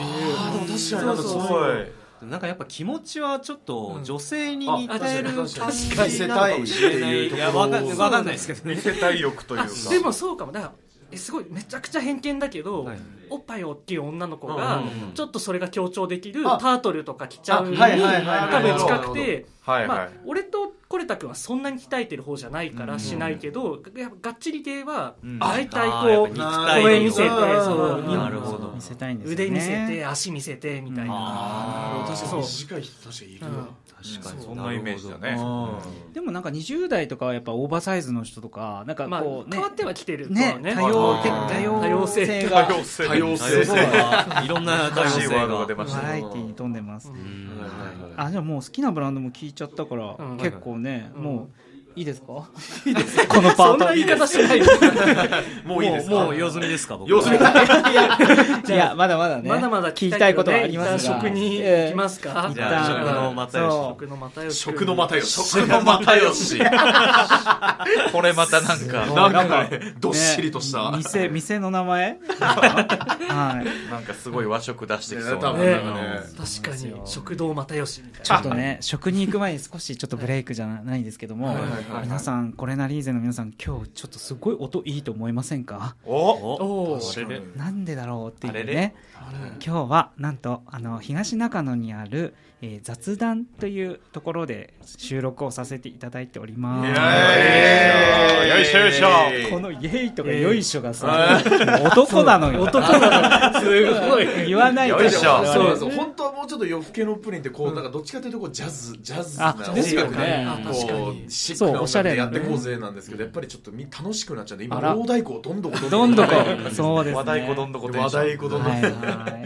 [SPEAKER 5] ーでも確かになんかす
[SPEAKER 3] そうそう
[SPEAKER 5] ごい
[SPEAKER 7] なんかやっぱ気持ちはちょっと女性に似てる感じ
[SPEAKER 5] あ確かに
[SPEAKER 7] なのかもしれない
[SPEAKER 5] 見せたいっていうところを
[SPEAKER 7] いやわかんわかんないですけどね
[SPEAKER 9] 見せたい欲というか。
[SPEAKER 3] あでもそうかもだからえすごいめちゃくちゃ偏見だけど、
[SPEAKER 7] はい
[SPEAKER 3] おっぱい大きい女の子が
[SPEAKER 5] うん
[SPEAKER 3] ちょっとそれが強調できるタ
[SPEAKER 5] あ
[SPEAKER 3] ートルとか着ちゃうのに
[SPEAKER 5] あはいはいはい
[SPEAKER 3] 多分近くて。
[SPEAKER 9] はい
[SPEAKER 3] ま
[SPEAKER 9] は
[SPEAKER 3] あ
[SPEAKER 9] い。、
[SPEAKER 3] 俺とコレタ君はそんなに鍛えてる方じゃないからしないけど、やっぱがっちり系は
[SPEAKER 7] ん
[SPEAKER 3] 大体
[SPEAKER 7] あーや
[SPEAKER 3] こ
[SPEAKER 7] っ
[SPEAKER 3] う、
[SPEAKER 7] ぱ肉
[SPEAKER 5] 体
[SPEAKER 3] 公園見せて
[SPEAKER 5] うんうん
[SPEAKER 3] その
[SPEAKER 5] うん
[SPEAKER 7] なるほど
[SPEAKER 8] 見せたいんですよね
[SPEAKER 3] 腕見せて足見せてみたいな、
[SPEAKER 5] あー確かに
[SPEAKER 3] そう
[SPEAKER 5] 短い人確かにいるわ
[SPEAKER 7] 確かに
[SPEAKER 9] そんなイメージだね。
[SPEAKER 5] あ
[SPEAKER 8] でもなんか20代とかはやっぱオーバーサイズの人とかなんか
[SPEAKER 3] まあ、
[SPEAKER 8] こうね
[SPEAKER 3] 変わってはきてるとは
[SPEAKER 8] ね
[SPEAKER 3] ね
[SPEAKER 8] 多様
[SPEAKER 5] あ
[SPEAKER 8] 的
[SPEAKER 5] ー
[SPEAKER 8] 多様
[SPEAKER 3] 多様性
[SPEAKER 9] 多
[SPEAKER 8] 性が
[SPEAKER 9] 様性。
[SPEAKER 5] 多様性
[SPEAKER 8] すごい
[SPEAKER 7] いろんな
[SPEAKER 9] 難
[SPEAKER 7] 多様
[SPEAKER 9] しい
[SPEAKER 7] 性
[SPEAKER 9] ワードが出
[SPEAKER 7] が。
[SPEAKER 9] まし
[SPEAKER 8] バ
[SPEAKER 9] た
[SPEAKER 8] ラ
[SPEAKER 9] ね。
[SPEAKER 8] エティーに富んでます
[SPEAKER 3] う
[SPEAKER 7] うん
[SPEAKER 5] ー
[SPEAKER 7] ん
[SPEAKER 5] はいはい
[SPEAKER 8] あじゃあもう好きなブランドも聞いちゃったから、
[SPEAKER 3] うん
[SPEAKER 8] 結構ね、
[SPEAKER 3] うん
[SPEAKER 8] もういいで
[SPEAKER 3] (laughs)
[SPEAKER 8] すかこの
[SPEAKER 3] (laughs)
[SPEAKER 8] パ
[SPEAKER 3] そ
[SPEAKER 8] ー
[SPEAKER 3] ん
[SPEAKER 8] ト
[SPEAKER 3] な言い方しないで
[SPEAKER 5] もういいです
[SPEAKER 7] も
[SPEAKER 5] か
[SPEAKER 7] う用済みですか僕
[SPEAKER 5] 要するに
[SPEAKER 8] いやまだまだね
[SPEAKER 3] まだまだ
[SPEAKER 8] 聞きたいことはありますが
[SPEAKER 3] 一旦食に行きますか、
[SPEAKER 8] えー
[SPEAKER 7] じゃあ食の又吉
[SPEAKER 8] そ
[SPEAKER 3] 食の又吉
[SPEAKER 5] 食の又吉
[SPEAKER 9] 食の又吉。これまたなん
[SPEAKER 8] ご
[SPEAKER 9] か、
[SPEAKER 5] なんかねどっしりとし
[SPEAKER 8] ね
[SPEAKER 5] た
[SPEAKER 8] 店店の名前はい
[SPEAKER 9] なんかすごい和食出してきそう
[SPEAKER 5] ね多
[SPEAKER 9] な。
[SPEAKER 5] 分
[SPEAKER 3] ね
[SPEAKER 5] なんかね
[SPEAKER 3] 確かに食堂又吉みたい
[SPEAKER 8] ちょっとね食に行く前に少しちょっとブレイクじゃないですけども、
[SPEAKER 5] はいはいはいはい
[SPEAKER 8] 皆さんこれなリーゼの皆さん今日ちょっとすごい音いいと思いませんか
[SPEAKER 6] お
[SPEAKER 3] おー
[SPEAKER 6] 確かに
[SPEAKER 8] なんでだろうっていう
[SPEAKER 6] あれ
[SPEAKER 8] ね
[SPEAKER 6] れ
[SPEAKER 8] 今日はなんとあの東中野にある、えー雑談というところで収録をさせていただいております
[SPEAKER 6] エーイよいしょよいしょ
[SPEAKER 8] このイエイとかよいしょがさ、男なのよ男なのすごい (laughs) 言わないと
[SPEAKER 6] よいしょ
[SPEAKER 5] そうそう本当はもうちょっと夜更けのプリンってこう、なんかどっちかというとこうジャズジャズな
[SPEAKER 8] あ
[SPEAKER 5] 音楽
[SPEAKER 2] ね
[SPEAKER 5] にこうシッ
[SPEAKER 8] そう
[SPEAKER 5] クな
[SPEAKER 8] お
[SPEAKER 5] 音
[SPEAKER 8] しゃ
[SPEAKER 5] 楽
[SPEAKER 8] れ
[SPEAKER 5] でや
[SPEAKER 8] な
[SPEAKER 5] っ
[SPEAKER 8] ね
[SPEAKER 5] てこうぜなんですけどやっぱりちょっとみ楽しくなっちゃうんで今
[SPEAKER 8] あら
[SPEAKER 5] 大太鼓をどんどこ
[SPEAKER 8] どんどこ
[SPEAKER 5] う
[SPEAKER 8] そうですね
[SPEAKER 6] 和太鼓どんどこテン
[SPEAKER 5] 話
[SPEAKER 6] ション
[SPEAKER 5] 題鼓どんどこ
[SPEAKER 8] はいはい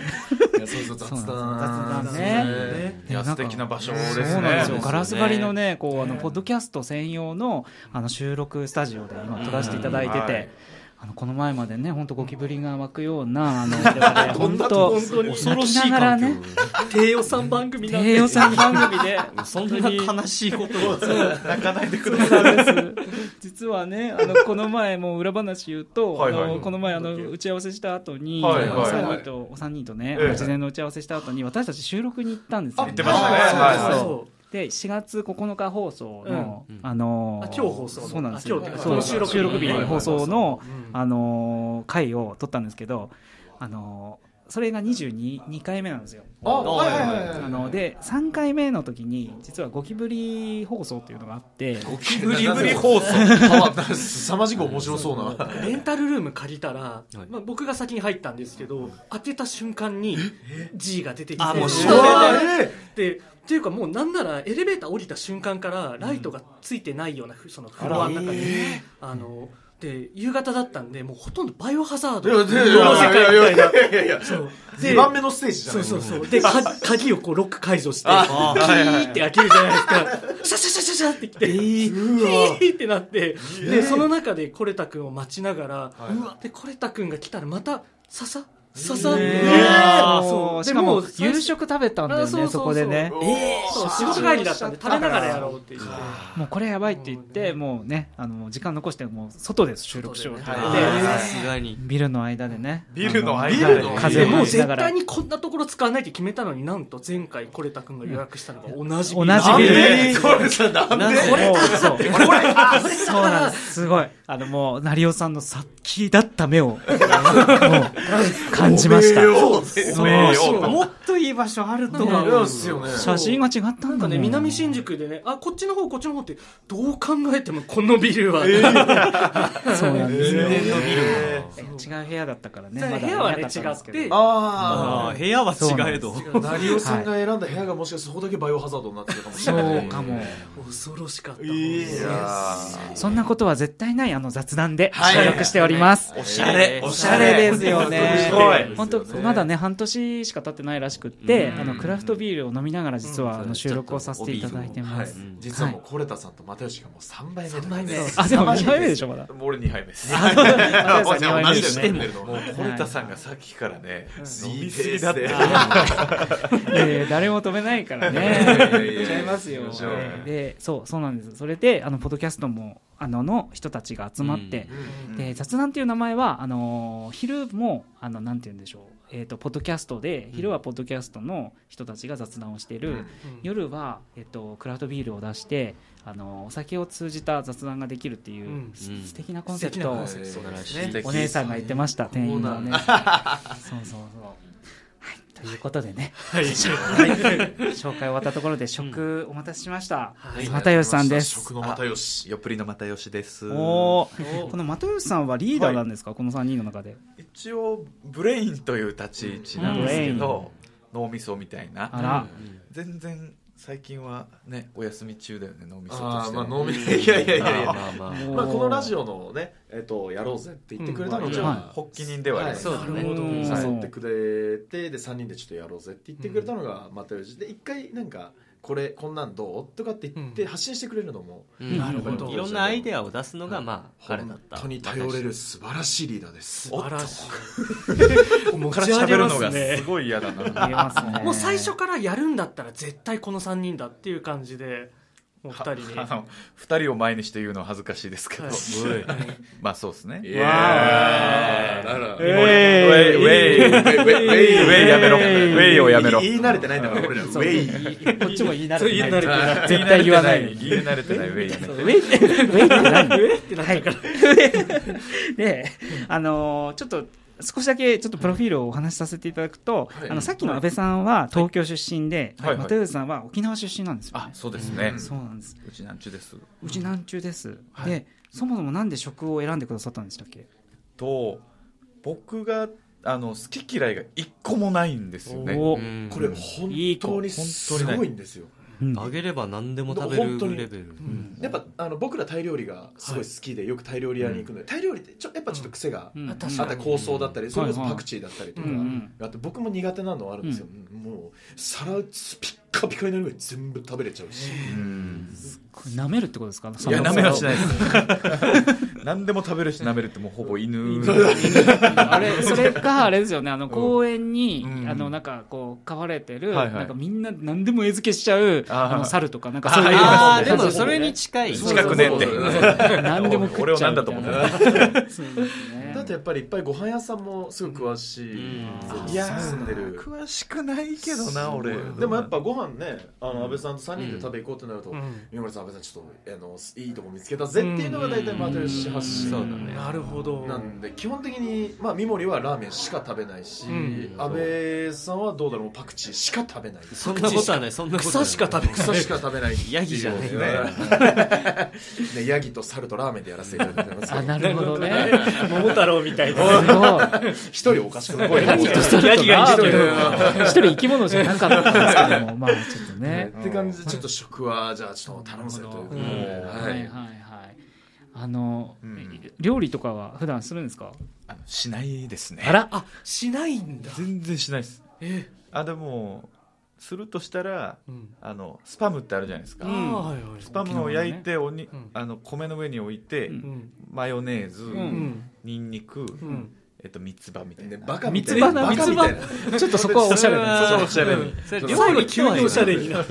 [SPEAKER 5] いやそうそう雑談
[SPEAKER 8] そうなんです雑談ね
[SPEAKER 6] いや素敵な場所ですね
[SPEAKER 8] そうなんですよ。
[SPEAKER 6] ね
[SPEAKER 8] ガラス張りのね、こうあのポッドキャスト専用のあの収録スタジオで今撮らせていただいて
[SPEAKER 6] うんはい
[SPEAKER 8] て。あのこの前までね、本当ゴキブリが湧くような、あの、我々本当、
[SPEAKER 3] (laughs)
[SPEAKER 8] 恐ろしいながらね、
[SPEAKER 2] 低予算番組なんで。
[SPEAKER 8] (laughs) 低予算番組で、
[SPEAKER 7] そんな悲しいことを
[SPEAKER 6] 泣かないでくだ
[SPEAKER 8] そう
[SPEAKER 6] さい
[SPEAKER 8] なんです。
[SPEAKER 6] (laughs)
[SPEAKER 8] 実はね、あの、この前、もう裏話言うと、
[SPEAKER 6] はいはい
[SPEAKER 8] あの、この前、あの、打ち合わせした後に、お
[SPEAKER 6] はいはい
[SPEAKER 8] 三人と、お三人とね、
[SPEAKER 6] ええ
[SPEAKER 8] 事前の打ち合わせした後に、私たち収録に行ったんですよ。
[SPEAKER 6] 言ってましたね
[SPEAKER 8] そう
[SPEAKER 6] は
[SPEAKER 8] そうで4月9日放送の、
[SPEAKER 7] うん
[SPEAKER 8] あの
[SPEAKER 3] あ
[SPEAKER 8] ー
[SPEAKER 3] 今日放送の
[SPEAKER 8] そうなんですよ
[SPEAKER 3] あ今日っていうか
[SPEAKER 8] そう
[SPEAKER 3] この
[SPEAKER 8] 収
[SPEAKER 3] 収
[SPEAKER 8] 録
[SPEAKER 3] 録
[SPEAKER 8] 日
[SPEAKER 3] 日
[SPEAKER 8] に放送の、
[SPEAKER 3] うん
[SPEAKER 8] あのー回を撮ったんですけど、あのーそれが22 2回目なんですよ。
[SPEAKER 5] あはいはいはいはい
[SPEAKER 8] あので3回目の時に実はゴキブリ放送っていうのがあって
[SPEAKER 5] ゴキ
[SPEAKER 6] ブリブリ放送
[SPEAKER 5] 送凄まじく面白そうな
[SPEAKER 3] レンタルルーム借りたら、
[SPEAKER 7] い
[SPEAKER 3] まあ、僕が先に入ったんですけど開けた瞬間に G が出てきて
[SPEAKER 7] あ
[SPEAKER 3] う
[SPEAKER 7] もうう
[SPEAKER 3] わ
[SPEAKER 5] あれ
[SPEAKER 3] ーってっていうかもうなんならエレベーター降りた瞬間からライトがついてないようなふそのフロアの中にあので夕方だったんでもうほとんどバイオハザードの世界みたいなそうで
[SPEAKER 5] 2番目のステージじゃな
[SPEAKER 3] そ
[SPEAKER 5] いう
[SPEAKER 3] そうそうでか鍵をこうロック解除してキーって開けるじゃないですか (laughs) シャシャシャシャシャってきてヒーってなってでその中でコレタくんを待ちながらうわでコレタくんが来たらまたささささって
[SPEAKER 8] そ
[SPEAKER 3] そうう
[SPEAKER 8] し
[SPEAKER 3] で
[SPEAKER 8] か
[SPEAKER 3] も
[SPEAKER 8] も
[SPEAKER 3] う最
[SPEAKER 8] 夕
[SPEAKER 3] 初
[SPEAKER 8] 食食べたんだよ
[SPEAKER 3] あそうそうそう
[SPEAKER 8] ねそこでね
[SPEAKER 3] そう仕事帰りだったんで食べながらやろうって言って
[SPEAKER 8] もうこれやばいって言ってもうねあの時間残してもう外で収録しようって言って
[SPEAKER 7] さすがに
[SPEAKER 8] ビルの間でね
[SPEAKER 6] ビルの
[SPEAKER 8] あ
[SPEAKER 6] 間
[SPEAKER 8] の
[SPEAKER 6] で
[SPEAKER 8] 風
[SPEAKER 3] で
[SPEAKER 8] を
[SPEAKER 3] もう
[SPEAKER 8] 感じな
[SPEAKER 3] 絶
[SPEAKER 8] がら
[SPEAKER 3] 対にこんなところ使わないって決めたのになんと前回コレタくんが予約したのが同じ
[SPEAKER 8] 同じビル
[SPEAKER 5] えーこれさなんで
[SPEAKER 8] これそうそうなんですすごいあのもう成尾さんの殺気だった目をもう感じました
[SPEAKER 6] おめえよ
[SPEAKER 8] もっといい場所あると
[SPEAKER 5] そうですよね
[SPEAKER 8] 写真が違った
[SPEAKER 3] なんん
[SPEAKER 8] だ
[SPEAKER 3] か
[SPEAKER 8] ね
[SPEAKER 3] ね、南新宿でね、あ、こっちの方、こっちの方って、どう考えてもこのビルは、
[SPEAKER 8] そうなんですよ
[SPEAKER 6] 人間のビル
[SPEAKER 8] 違う部屋だったからね
[SPEAKER 3] そう
[SPEAKER 8] まだ
[SPEAKER 3] 部屋はね
[SPEAKER 8] なかたんですけど
[SPEAKER 3] 違って
[SPEAKER 5] あ
[SPEAKER 7] あー部屋は違えど
[SPEAKER 5] あ成尾さんが選んだ部屋がもしかしてそこだけバイオハザードになってるかもしれない
[SPEAKER 8] そうかも
[SPEAKER 3] 恐ろしかった。
[SPEAKER 6] いやー
[SPEAKER 8] そんなことは絶対ないあの雑談で収録しております
[SPEAKER 6] おしゃれ
[SPEAKER 8] おしゃれですよね
[SPEAKER 6] (laughs) すごい。
[SPEAKER 8] 本当まだね半年しか経ってないらしくって、あのクラフトビールを飲みながら実は、あの収録をさせていただいてます。
[SPEAKER 5] 実はもうコレタさんと又吉がもう3倍目とか
[SPEAKER 3] 三倍目です
[SPEAKER 8] あ
[SPEAKER 5] (laughs)
[SPEAKER 8] でも二杯目でしょ
[SPEAKER 6] (laughs)
[SPEAKER 8] まだ。
[SPEAKER 6] 俺2杯目です
[SPEAKER 8] あ
[SPEAKER 6] もう
[SPEAKER 8] 二杯目
[SPEAKER 6] 同じ
[SPEAKER 8] です
[SPEAKER 6] だよ
[SPEAKER 8] ね。
[SPEAKER 6] ねもう堀田さんがさっきからね飲みすぎだ
[SPEAKER 5] だ
[SPEAKER 6] っ
[SPEAKER 5] ってて
[SPEAKER 8] いやいや誰も止めないか
[SPEAKER 6] や
[SPEAKER 8] ら
[SPEAKER 6] い (laughs) や
[SPEAKER 8] ね。
[SPEAKER 6] いやいや
[SPEAKER 8] いっちゃいますよ
[SPEAKER 6] いっちゃうよね。
[SPEAKER 8] でそうそうなんです。それであのポッドキャストもあのの人たちが集まって、で雑談っていう名前はあの昼もあのなんて言うんでしょう。えー、とポッドキャストで昼はポッドキャストの人たちが雑談をしている、夜は、えっと、クラフトビールを出してあのお酒を通じた雑談ができるっていう、
[SPEAKER 3] うん
[SPEAKER 8] す
[SPEAKER 7] うん
[SPEAKER 8] 素敵なコンセプトを
[SPEAKER 6] 素晴らし
[SPEAKER 5] ね
[SPEAKER 8] お姉さんが言ってました店員のね (laughs) そうそうそうはいということでね、はい紹介終わったところで食お待たせしました、
[SPEAKER 3] はい
[SPEAKER 8] 又吉さんです
[SPEAKER 5] 食の又吉
[SPEAKER 6] よっぷりの又吉です
[SPEAKER 8] おーこの又吉さんはリーダーなんですか、この3人の中で
[SPEAKER 6] 一応ブレインという立ち位置なんですけど脳みそみたい
[SPEAKER 8] あ
[SPEAKER 6] な
[SPEAKER 8] ら、
[SPEAKER 6] 全然最近はねお休み中だよね脳みそと
[SPEAKER 5] あ
[SPEAKER 6] し
[SPEAKER 5] あ
[SPEAKER 6] て
[SPEAKER 5] まあ
[SPEAKER 6] は
[SPEAKER 5] 飲みいやいやいやいや
[SPEAKER 7] まあまあまあ
[SPEAKER 5] まあこのラジオのねえっとやろうぜって言ってくれたのじ
[SPEAKER 8] うん
[SPEAKER 5] ゃ
[SPEAKER 8] は
[SPEAKER 6] 発起人ではあります
[SPEAKER 7] そうだね
[SPEAKER 8] うん
[SPEAKER 5] 誘ってくれてで3人でちょっとやろうぜって言ってくれたのが又吉で一回なんかこれこんなんどうとかって言って
[SPEAKER 3] うん
[SPEAKER 5] 発信してくれるのも
[SPEAKER 7] うん
[SPEAKER 8] なるほ
[SPEAKER 5] ど
[SPEAKER 7] いろんなアイデアを出すのがまあ彼だ
[SPEAKER 5] 本
[SPEAKER 7] った
[SPEAKER 5] 当に頼れる素晴らしいリーダーです
[SPEAKER 3] 素晴らしい。
[SPEAKER 6] こ
[SPEAKER 3] 持
[SPEAKER 6] っから
[SPEAKER 3] ち上げ
[SPEAKER 6] 喋る
[SPEAKER 3] ま
[SPEAKER 6] の
[SPEAKER 3] す
[SPEAKER 6] がす
[SPEAKER 3] ね。
[SPEAKER 6] ごい嫌だ
[SPEAKER 8] 言え
[SPEAKER 6] な
[SPEAKER 8] ますね
[SPEAKER 3] もう最初からやるんだったら絶対この3人だっていう感じで、お二人に。
[SPEAKER 6] あの二人を前にして言うのは恥ずかしいですけど、
[SPEAKER 3] はい
[SPEAKER 6] まあそうですね。
[SPEAKER 9] えーあら
[SPEAKER 6] ウェイウェイウェイウェイウェイやめろウェイをやめろ。
[SPEAKER 9] 言い慣れてないんだから、俺ら。ウェイ。
[SPEAKER 8] こっちも言いな
[SPEAKER 2] そう言い慣れてない。
[SPEAKER 8] 絶対言わない
[SPEAKER 6] 言い慣れてないウェイやめろ。
[SPEAKER 8] ウェイって、ウェイって何ウェイって何はい。で、あのーちょっと、少しだけちょっとプロフィールをお話しさせていただくと、
[SPEAKER 9] はい
[SPEAKER 8] あのさっきの安倍さんは東京出身で、
[SPEAKER 6] はいはい
[SPEAKER 8] 又吉さんは沖縄出身なんですよ、ね
[SPEAKER 6] あ、そうですね。
[SPEAKER 8] そうなんです。
[SPEAKER 6] うちなんちゅです。
[SPEAKER 8] うち南中です。で、そもそもなんで職を選んでくださったんでしたっけ？
[SPEAKER 6] と僕があの好き嫌いが一個もないんですよね。
[SPEAKER 8] おー
[SPEAKER 7] ん
[SPEAKER 5] これ本当にすごいんですよ
[SPEAKER 8] うん
[SPEAKER 7] あげれば何でも食べる
[SPEAKER 5] 本当に
[SPEAKER 7] レベル。
[SPEAKER 5] やっぱあの僕らタイ料理がすごい好きでよくタイ料理屋に行くのでタイ料理ってちょやっぱちょっと癖が
[SPEAKER 8] うん
[SPEAKER 5] あった構想だったりそれこそ
[SPEAKER 8] はいはい
[SPEAKER 5] パクチーだったりとか
[SPEAKER 8] うんうん
[SPEAKER 5] あって僕も苦手なのはあるんですよもう皿ピッカピカになるぐらい全部食べれちゃうし
[SPEAKER 6] うん
[SPEAKER 8] これ舐めるってことですか？。
[SPEAKER 6] いや舐めはしないいです。何でも食べるし舐めるってもうほぼ犬。
[SPEAKER 8] あれそれかあれですよね。あの公園に、
[SPEAKER 6] うん
[SPEAKER 8] あのなんかこう飼われてる、
[SPEAKER 6] はいはい
[SPEAKER 8] なんかみんな何でも餌付けしちゃう
[SPEAKER 6] あー
[SPEAKER 8] あの猿とかなんかそういう
[SPEAKER 7] ああ、
[SPEAKER 8] 感じ
[SPEAKER 7] でもそれに近い。
[SPEAKER 6] 近くねって。
[SPEAKER 8] 何でも食
[SPEAKER 6] 俺
[SPEAKER 8] っ
[SPEAKER 6] を
[SPEAKER 8] ちゃう
[SPEAKER 6] 何
[SPEAKER 8] み
[SPEAKER 6] だ
[SPEAKER 8] た
[SPEAKER 6] と
[SPEAKER 8] い
[SPEAKER 6] 思って
[SPEAKER 8] な。
[SPEAKER 6] る。
[SPEAKER 8] そうですね
[SPEAKER 5] だってやっぱりいっぱいご飯屋さんもすごい詳しい
[SPEAKER 7] うん
[SPEAKER 6] いやー
[SPEAKER 5] 住んでる
[SPEAKER 6] 詳しくないけどな俺。
[SPEAKER 5] でもやっぱご飯ねあの安倍さんと3人で食べ行こうってなると
[SPEAKER 3] うん
[SPEAKER 5] 三森さん安倍さんちょっとあのいいとこ見つけたぜっていうのが大体又吉発信
[SPEAKER 7] そうだね
[SPEAKER 3] なるほど。
[SPEAKER 5] なんで基本的に、まあ、三森はラーメンしか食べないし、
[SPEAKER 3] うん
[SPEAKER 5] 安倍さんはどうだろうパクチーしか食べない
[SPEAKER 7] そんなことはない、そんなことはない。
[SPEAKER 3] 草しか
[SPEAKER 5] (laughs)
[SPEAKER 3] 食べ
[SPEAKER 5] 草しか食べない
[SPEAKER 7] ヤギじゃない
[SPEAKER 5] ね (laughs) ねヤギと猿とラーメンでやらせていただいてますけ
[SPEAKER 8] あ
[SPEAKER 5] ど
[SPEAKER 8] なるほどね。
[SPEAKER 2] 桃太郎みたいな。
[SPEAKER 8] すごい。
[SPEAKER 5] 一人おかしくない声
[SPEAKER 8] ヤギと猿
[SPEAKER 2] ヤ
[SPEAKER 8] と
[SPEAKER 2] ギが
[SPEAKER 8] ラ
[SPEAKER 2] 一
[SPEAKER 8] ー
[SPEAKER 2] 人
[SPEAKER 8] メン一人生き物じゃなかったんですけども、まあちょっとね。
[SPEAKER 5] って感じでちょっと食はじゃあちょっと頼むぜということで、
[SPEAKER 8] うん
[SPEAKER 5] は
[SPEAKER 8] はいいはいはい。あの、
[SPEAKER 6] ん
[SPEAKER 8] 料理とかは普段するんですか？
[SPEAKER 6] あのしないですね。
[SPEAKER 8] あら、
[SPEAKER 3] あ、しないんだ。
[SPEAKER 6] 全然しないです。
[SPEAKER 3] え
[SPEAKER 6] あでもするとしたら
[SPEAKER 3] うん。
[SPEAKER 6] あのスパムってあるじゃないです
[SPEAKER 3] あ
[SPEAKER 6] か。
[SPEAKER 3] ーはいはい。
[SPEAKER 6] スパムを焼いておに
[SPEAKER 3] うん
[SPEAKER 6] あの米の上に置いて
[SPEAKER 8] うん
[SPEAKER 3] うん。
[SPEAKER 6] マヨネーズ
[SPEAKER 8] う
[SPEAKER 3] うんん。
[SPEAKER 6] ニンニク
[SPEAKER 3] うん。
[SPEAKER 6] えっと三つ葉みたい
[SPEAKER 5] ね
[SPEAKER 6] な。
[SPEAKER 5] バカみたい
[SPEAKER 8] 三
[SPEAKER 5] な
[SPEAKER 8] つ
[SPEAKER 5] バ
[SPEAKER 8] 葉な
[SPEAKER 5] カみたいな
[SPEAKER 8] ちょっとそこはおしゃれな。
[SPEAKER 6] そうおしゃれに
[SPEAKER 7] それ
[SPEAKER 5] そう
[SPEAKER 7] 料
[SPEAKER 3] 最後
[SPEAKER 7] 理
[SPEAKER 3] 急におしゃれになる。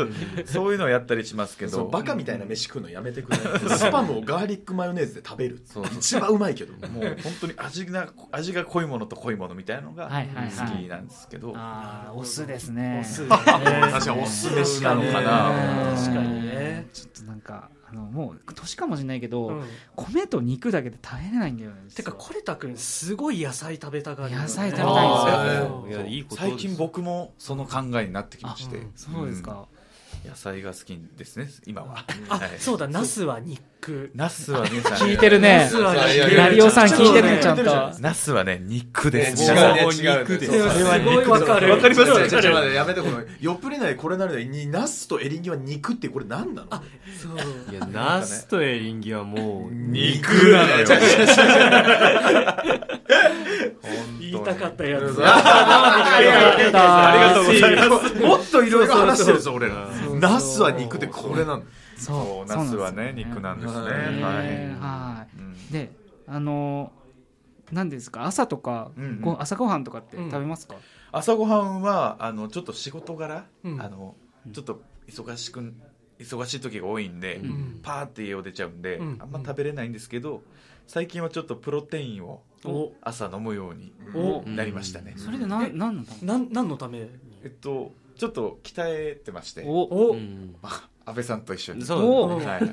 [SPEAKER 6] そういうのをやったりしますけ
[SPEAKER 5] そ
[SPEAKER 6] ど
[SPEAKER 5] うバカみたいな飯食うのやめてくれスパムをガーリックマヨネーズで食べる
[SPEAKER 6] そうそう
[SPEAKER 5] 一番うまいけど
[SPEAKER 6] もう本当に味が味が濃いものと濃いものみたいなのが
[SPEAKER 8] はいはいはい
[SPEAKER 6] 好きなんですけど、
[SPEAKER 8] ああ、お酢ですね。
[SPEAKER 3] お酢ね
[SPEAKER 5] 確かにおすすめし
[SPEAKER 6] な
[SPEAKER 5] か
[SPEAKER 6] の
[SPEAKER 5] ね
[SPEAKER 6] かな
[SPEAKER 8] うん
[SPEAKER 3] 確かにね。
[SPEAKER 8] ちょっとなんかあのもう年かもしれないけど、
[SPEAKER 3] うん
[SPEAKER 8] 米と肉だけで食べれないんだよね。
[SPEAKER 3] てか、コレタ君、すごい野菜食べたがるよね。
[SPEAKER 8] 野菜食べ
[SPEAKER 6] いんです
[SPEAKER 8] た
[SPEAKER 6] よ
[SPEAKER 3] あー
[SPEAKER 7] いや、いいことです
[SPEAKER 6] 最近僕もその考えになってきまして、
[SPEAKER 3] あうん
[SPEAKER 8] そうですか。
[SPEAKER 6] うん野菜が好きですね今は、
[SPEAKER 3] あ
[SPEAKER 6] は、い
[SPEAKER 3] そうだ、ナスは肉。
[SPEAKER 6] ナスは皆さん
[SPEAKER 8] 聞いてるね。
[SPEAKER 3] ナスは
[SPEAKER 9] やいや
[SPEAKER 3] 肉。
[SPEAKER 9] や
[SPEAKER 8] ラリオさん聞いてるねちゃん
[SPEAKER 5] 聞いてるじゃない
[SPEAKER 8] と。
[SPEAKER 6] ナスはね肉です、
[SPEAKER 9] 違う
[SPEAKER 6] 皆さん
[SPEAKER 9] ね違うね
[SPEAKER 6] です
[SPEAKER 9] そう
[SPEAKER 3] でもすごいわかる。
[SPEAKER 6] わかります
[SPEAKER 3] わ
[SPEAKER 5] ちょ
[SPEAKER 3] か
[SPEAKER 5] っと
[SPEAKER 3] る
[SPEAKER 5] 待ってやめてこのよっぷりないこれなのにナスとエリンギは肉ってこれ何なの
[SPEAKER 3] そう。
[SPEAKER 7] いや、ナスとエリンギはもう、
[SPEAKER 6] 肉なのよ
[SPEAKER 3] 言いたかったやつ。
[SPEAKER 8] あ
[SPEAKER 6] ありがとうございます
[SPEAKER 5] もっといろいろ話してるぞ俺らナスは肉ってこれなの
[SPEAKER 6] そうナスはね肉なんですねは
[SPEAKER 8] ねはい
[SPEAKER 6] い、うん
[SPEAKER 8] い。で、あの何ですか朝とか、
[SPEAKER 6] うんうん
[SPEAKER 8] ご朝ごはんとかって食べますか？
[SPEAKER 6] 朝ごはんはあのちょっと仕事柄、
[SPEAKER 3] うん
[SPEAKER 6] あのちょっと忙しく忙しい時が多いんで、
[SPEAKER 3] ん
[SPEAKER 6] パーって家を出ちゃうんで、
[SPEAKER 3] うん
[SPEAKER 6] あんま食べれないんですけど最近はちょっとプロテインを
[SPEAKER 3] お、
[SPEAKER 6] 朝飲むように
[SPEAKER 3] お、
[SPEAKER 6] なりましたね、
[SPEAKER 8] それでな
[SPEAKER 3] え
[SPEAKER 8] んなんなんだろ
[SPEAKER 3] なん、何のため
[SPEAKER 6] えっとちょっと鍛えてまして
[SPEAKER 8] う。お
[SPEAKER 3] お
[SPEAKER 7] う、ん
[SPEAKER 6] 安倍さんと一緒に
[SPEAKER 7] そう
[SPEAKER 3] お
[SPEAKER 6] はいで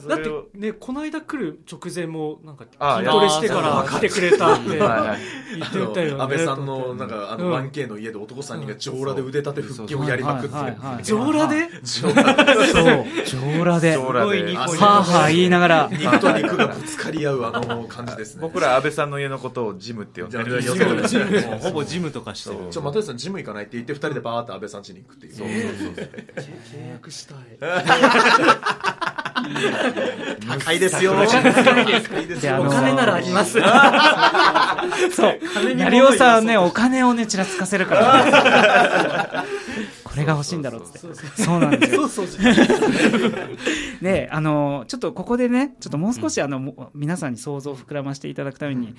[SPEAKER 6] そ
[SPEAKER 3] だって
[SPEAKER 6] れを
[SPEAKER 3] ね、この間来る直前も、なんか、
[SPEAKER 6] あ
[SPEAKER 3] 筋トレしてから来てくれたって
[SPEAKER 6] はいはい
[SPEAKER 3] 言って
[SPEAKER 5] あ
[SPEAKER 3] たよね。
[SPEAKER 5] の安倍さんのなんかあ
[SPEAKER 3] う
[SPEAKER 5] の
[SPEAKER 3] ん
[SPEAKER 5] 1K の家で男3人が上裸で腕立て腹筋をやりまくって
[SPEAKER 8] はいはいはいはい
[SPEAKER 3] 上裸で
[SPEAKER 5] 上裸
[SPEAKER 8] そう上裸で。
[SPEAKER 6] 上裸で
[SPEAKER 5] ニコニコ
[SPEAKER 8] はあはあ言いながら。
[SPEAKER 5] 肉と肉がぶつかり合うあの感じですね
[SPEAKER 6] 僕ら安倍さんの家のことをジムって呼んでる
[SPEAKER 5] ジム
[SPEAKER 6] そう
[SPEAKER 7] もうほぼジムとかしてる。
[SPEAKER 5] ちょ又吉さんジム行かないって言って2人でバーって安倍さん家に行くっていう
[SPEAKER 3] 契約したい。
[SPEAKER 5] 高いですよ
[SPEAKER 8] であ
[SPEAKER 3] お
[SPEAKER 8] の
[SPEAKER 3] 金ならあります。
[SPEAKER 8] そう。やりおさんはね、お金をね、ちらつかせるから。これが欲しいんだろうっつって。そうな
[SPEAKER 2] (laughs)
[SPEAKER 8] んですよ。
[SPEAKER 3] そうそうそう。
[SPEAKER 8] で、あの、ちょっとここでね、ちょっともう少し、あの、も皆さんに想像を膨らましていただくために、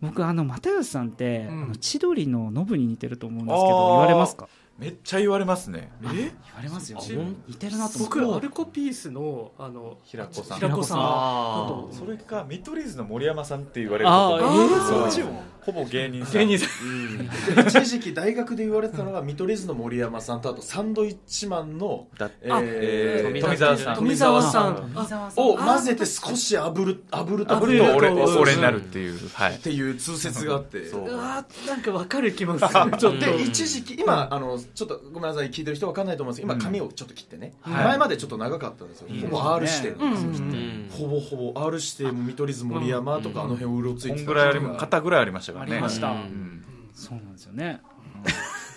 [SPEAKER 8] 僕、あの、又吉さんって、
[SPEAKER 3] うん
[SPEAKER 8] あの千鳥のノブに似てると思うんですけ
[SPEAKER 6] あ
[SPEAKER 8] ど、
[SPEAKER 6] ー
[SPEAKER 8] 言われますか
[SPEAKER 6] めっちゃ言われますねえ
[SPEAKER 8] 言われますよ
[SPEAKER 6] あほん
[SPEAKER 8] 似てるなと思って
[SPEAKER 3] 僕アルコピースのあの
[SPEAKER 6] 平子さん
[SPEAKER 3] 平子さんだ
[SPEAKER 7] あー
[SPEAKER 3] と
[SPEAKER 6] それか見取り図の森山さんって言われること
[SPEAKER 3] あ
[SPEAKER 6] も
[SPEAKER 3] ーえー
[SPEAKER 6] そうそうほぼ芸人さん
[SPEAKER 3] 芸人さん
[SPEAKER 5] 一時期大学で言われてたのが見取り図の森山さんとあとサンドイッチマンの
[SPEAKER 6] だっ
[SPEAKER 3] あ
[SPEAKER 6] えー
[SPEAKER 7] 富
[SPEAKER 6] 富澤
[SPEAKER 7] 澤さ
[SPEAKER 6] さ
[SPEAKER 7] ん
[SPEAKER 6] ん
[SPEAKER 3] 富澤さん
[SPEAKER 8] 富澤さん
[SPEAKER 5] を混ぜて少し炙る炙ると
[SPEAKER 6] と
[SPEAKER 3] 炙る
[SPEAKER 6] 俺
[SPEAKER 3] うん
[SPEAKER 6] 俺になるっていうはい
[SPEAKER 5] っていう通説があって
[SPEAKER 6] そう
[SPEAKER 3] うわーなんかわかる気もするちょっと
[SPEAKER 5] で一時期今あのちょっとごめんなさい聞いてる人わかんないと思うんですけど今髪をちょっと切ってね
[SPEAKER 6] はい
[SPEAKER 5] 前までちょっと長かったんですよ
[SPEAKER 6] うん
[SPEAKER 5] ほぼ R してる
[SPEAKER 3] うん
[SPEAKER 5] んですよ
[SPEAKER 7] うん
[SPEAKER 5] ほぼほぼ R して見取り図森山とかあの辺をうろつい
[SPEAKER 6] こ
[SPEAKER 5] て
[SPEAKER 6] ん
[SPEAKER 5] た
[SPEAKER 6] ぐらいありま肩ぐらいありましたからね
[SPEAKER 8] ありました
[SPEAKER 6] うん
[SPEAKER 8] そうなんですよね。 (laughs)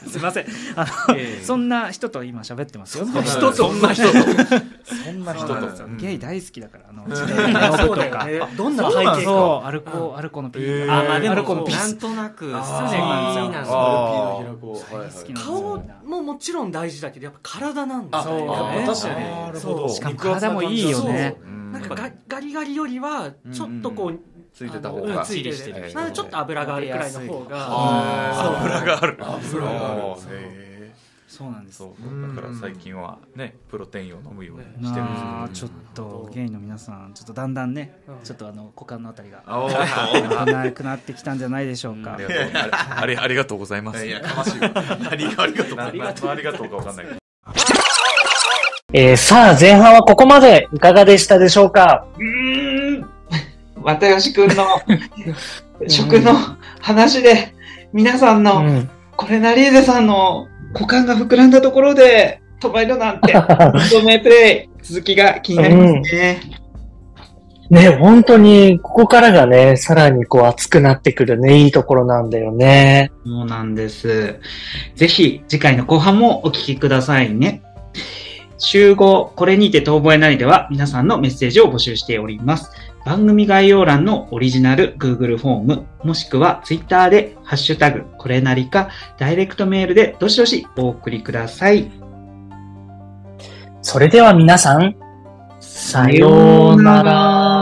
[SPEAKER 8] すいません。あの、そんな人と今喋ってますよ。
[SPEAKER 6] 人とそんな人と
[SPEAKER 8] そんな
[SPEAKER 6] 人とうん
[SPEAKER 8] ゲイ大好きだから、あの、
[SPEAKER 3] そうだよねどんな背景か
[SPEAKER 8] そう、アルコ、アルコの P が。
[SPEAKER 6] えー
[SPEAKER 8] あ
[SPEAKER 3] まあでも
[SPEAKER 8] アルコの P
[SPEAKER 7] なんとなく、そう
[SPEAKER 8] なんですよ
[SPEAKER 6] あ
[SPEAKER 5] RP
[SPEAKER 6] ー
[SPEAKER 5] の平子はいはい
[SPEAKER 8] 好きなんですよ
[SPEAKER 3] 顔
[SPEAKER 8] みんな
[SPEAKER 3] ももちろん大事だけどやっぱ体なんだ
[SPEAKER 5] あ
[SPEAKER 3] よね
[SPEAKER 5] やっぱ確かに
[SPEAKER 6] なるほ
[SPEAKER 3] そ
[SPEAKER 6] ど
[SPEAKER 3] う
[SPEAKER 8] しかも体もいいよね。
[SPEAKER 6] うん
[SPEAKER 3] なんかガガリガリよりはちょっとこう、
[SPEAKER 6] ついてた
[SPEAKER 3] あ
[SPEAKER 6] 方
[SPEAKER 3] のう
[SPEAKER 6] が
[SPEAKER 3] んついて
[SPEAKER 7] チリして
[SPEAKER 3] る
[SPEAKER 7] る
[SPEAKER 3] なんでちょっと油があるくらいの方が
[SPEAKER 6] あー油がある
[SPEAKER 5] 油がある
[SPEAKER 6] そう
[SPEAKER 5] へ
[SPEAKER 8] そうなんです。
[SPEAKER 6] そうだから最近はねプロテインを飲むようにしてるんですけど
[SPEAKER 8] まあ、ちょっと、ゲイの皆さん、ちょっとだんだんね、ちょっとあの、股間のあたりが、
[SPEAKER 6] あおー
[SPEAKER 8] なくなくなってきたんじゃないでしょう
[SPEAKER 6] あ
[SPEAKER 8] か
[SPEAKER 6] り。がとうありありがとうございます。いや、かましい。 (laughs) 何がありがとうありがとう。かわかんないけど。
[SPEAKER 2] えーさあ、前半はここまで。いかがでしたでしょうか
[SPEAKER 4] うーん、又吉くんの食の話で、皆さん
[SPEAKER 2] う
[SPEAKER 4] の、
[SPEAKER 2] ん。
[SPEAKER 4] これなリーゼさんの股間が膨らんだところで、止まる
[SPEAKER 5] (laughs)
[SPEAKER 4] なんて、透明プレイ、続きが気になりますね。
[SPEAKER 2] ね、本当に、ここからがね、さらにこう熱くなってくるね、いいところなんだよね。
[SPEAKER 4] そうなんです。ぜひ次回の後半もお聞きくださいね。集合、これにて遠吠えなりでは皆さんのメッセージを募集しております。番組概要欄のオリジナル Google フォーム、もしくは Twitter でハッシュタグ、これなりか、ダイレクトメールでどしどしお送りください。
[SPEAKER 2] それでは皆さん、さようなら。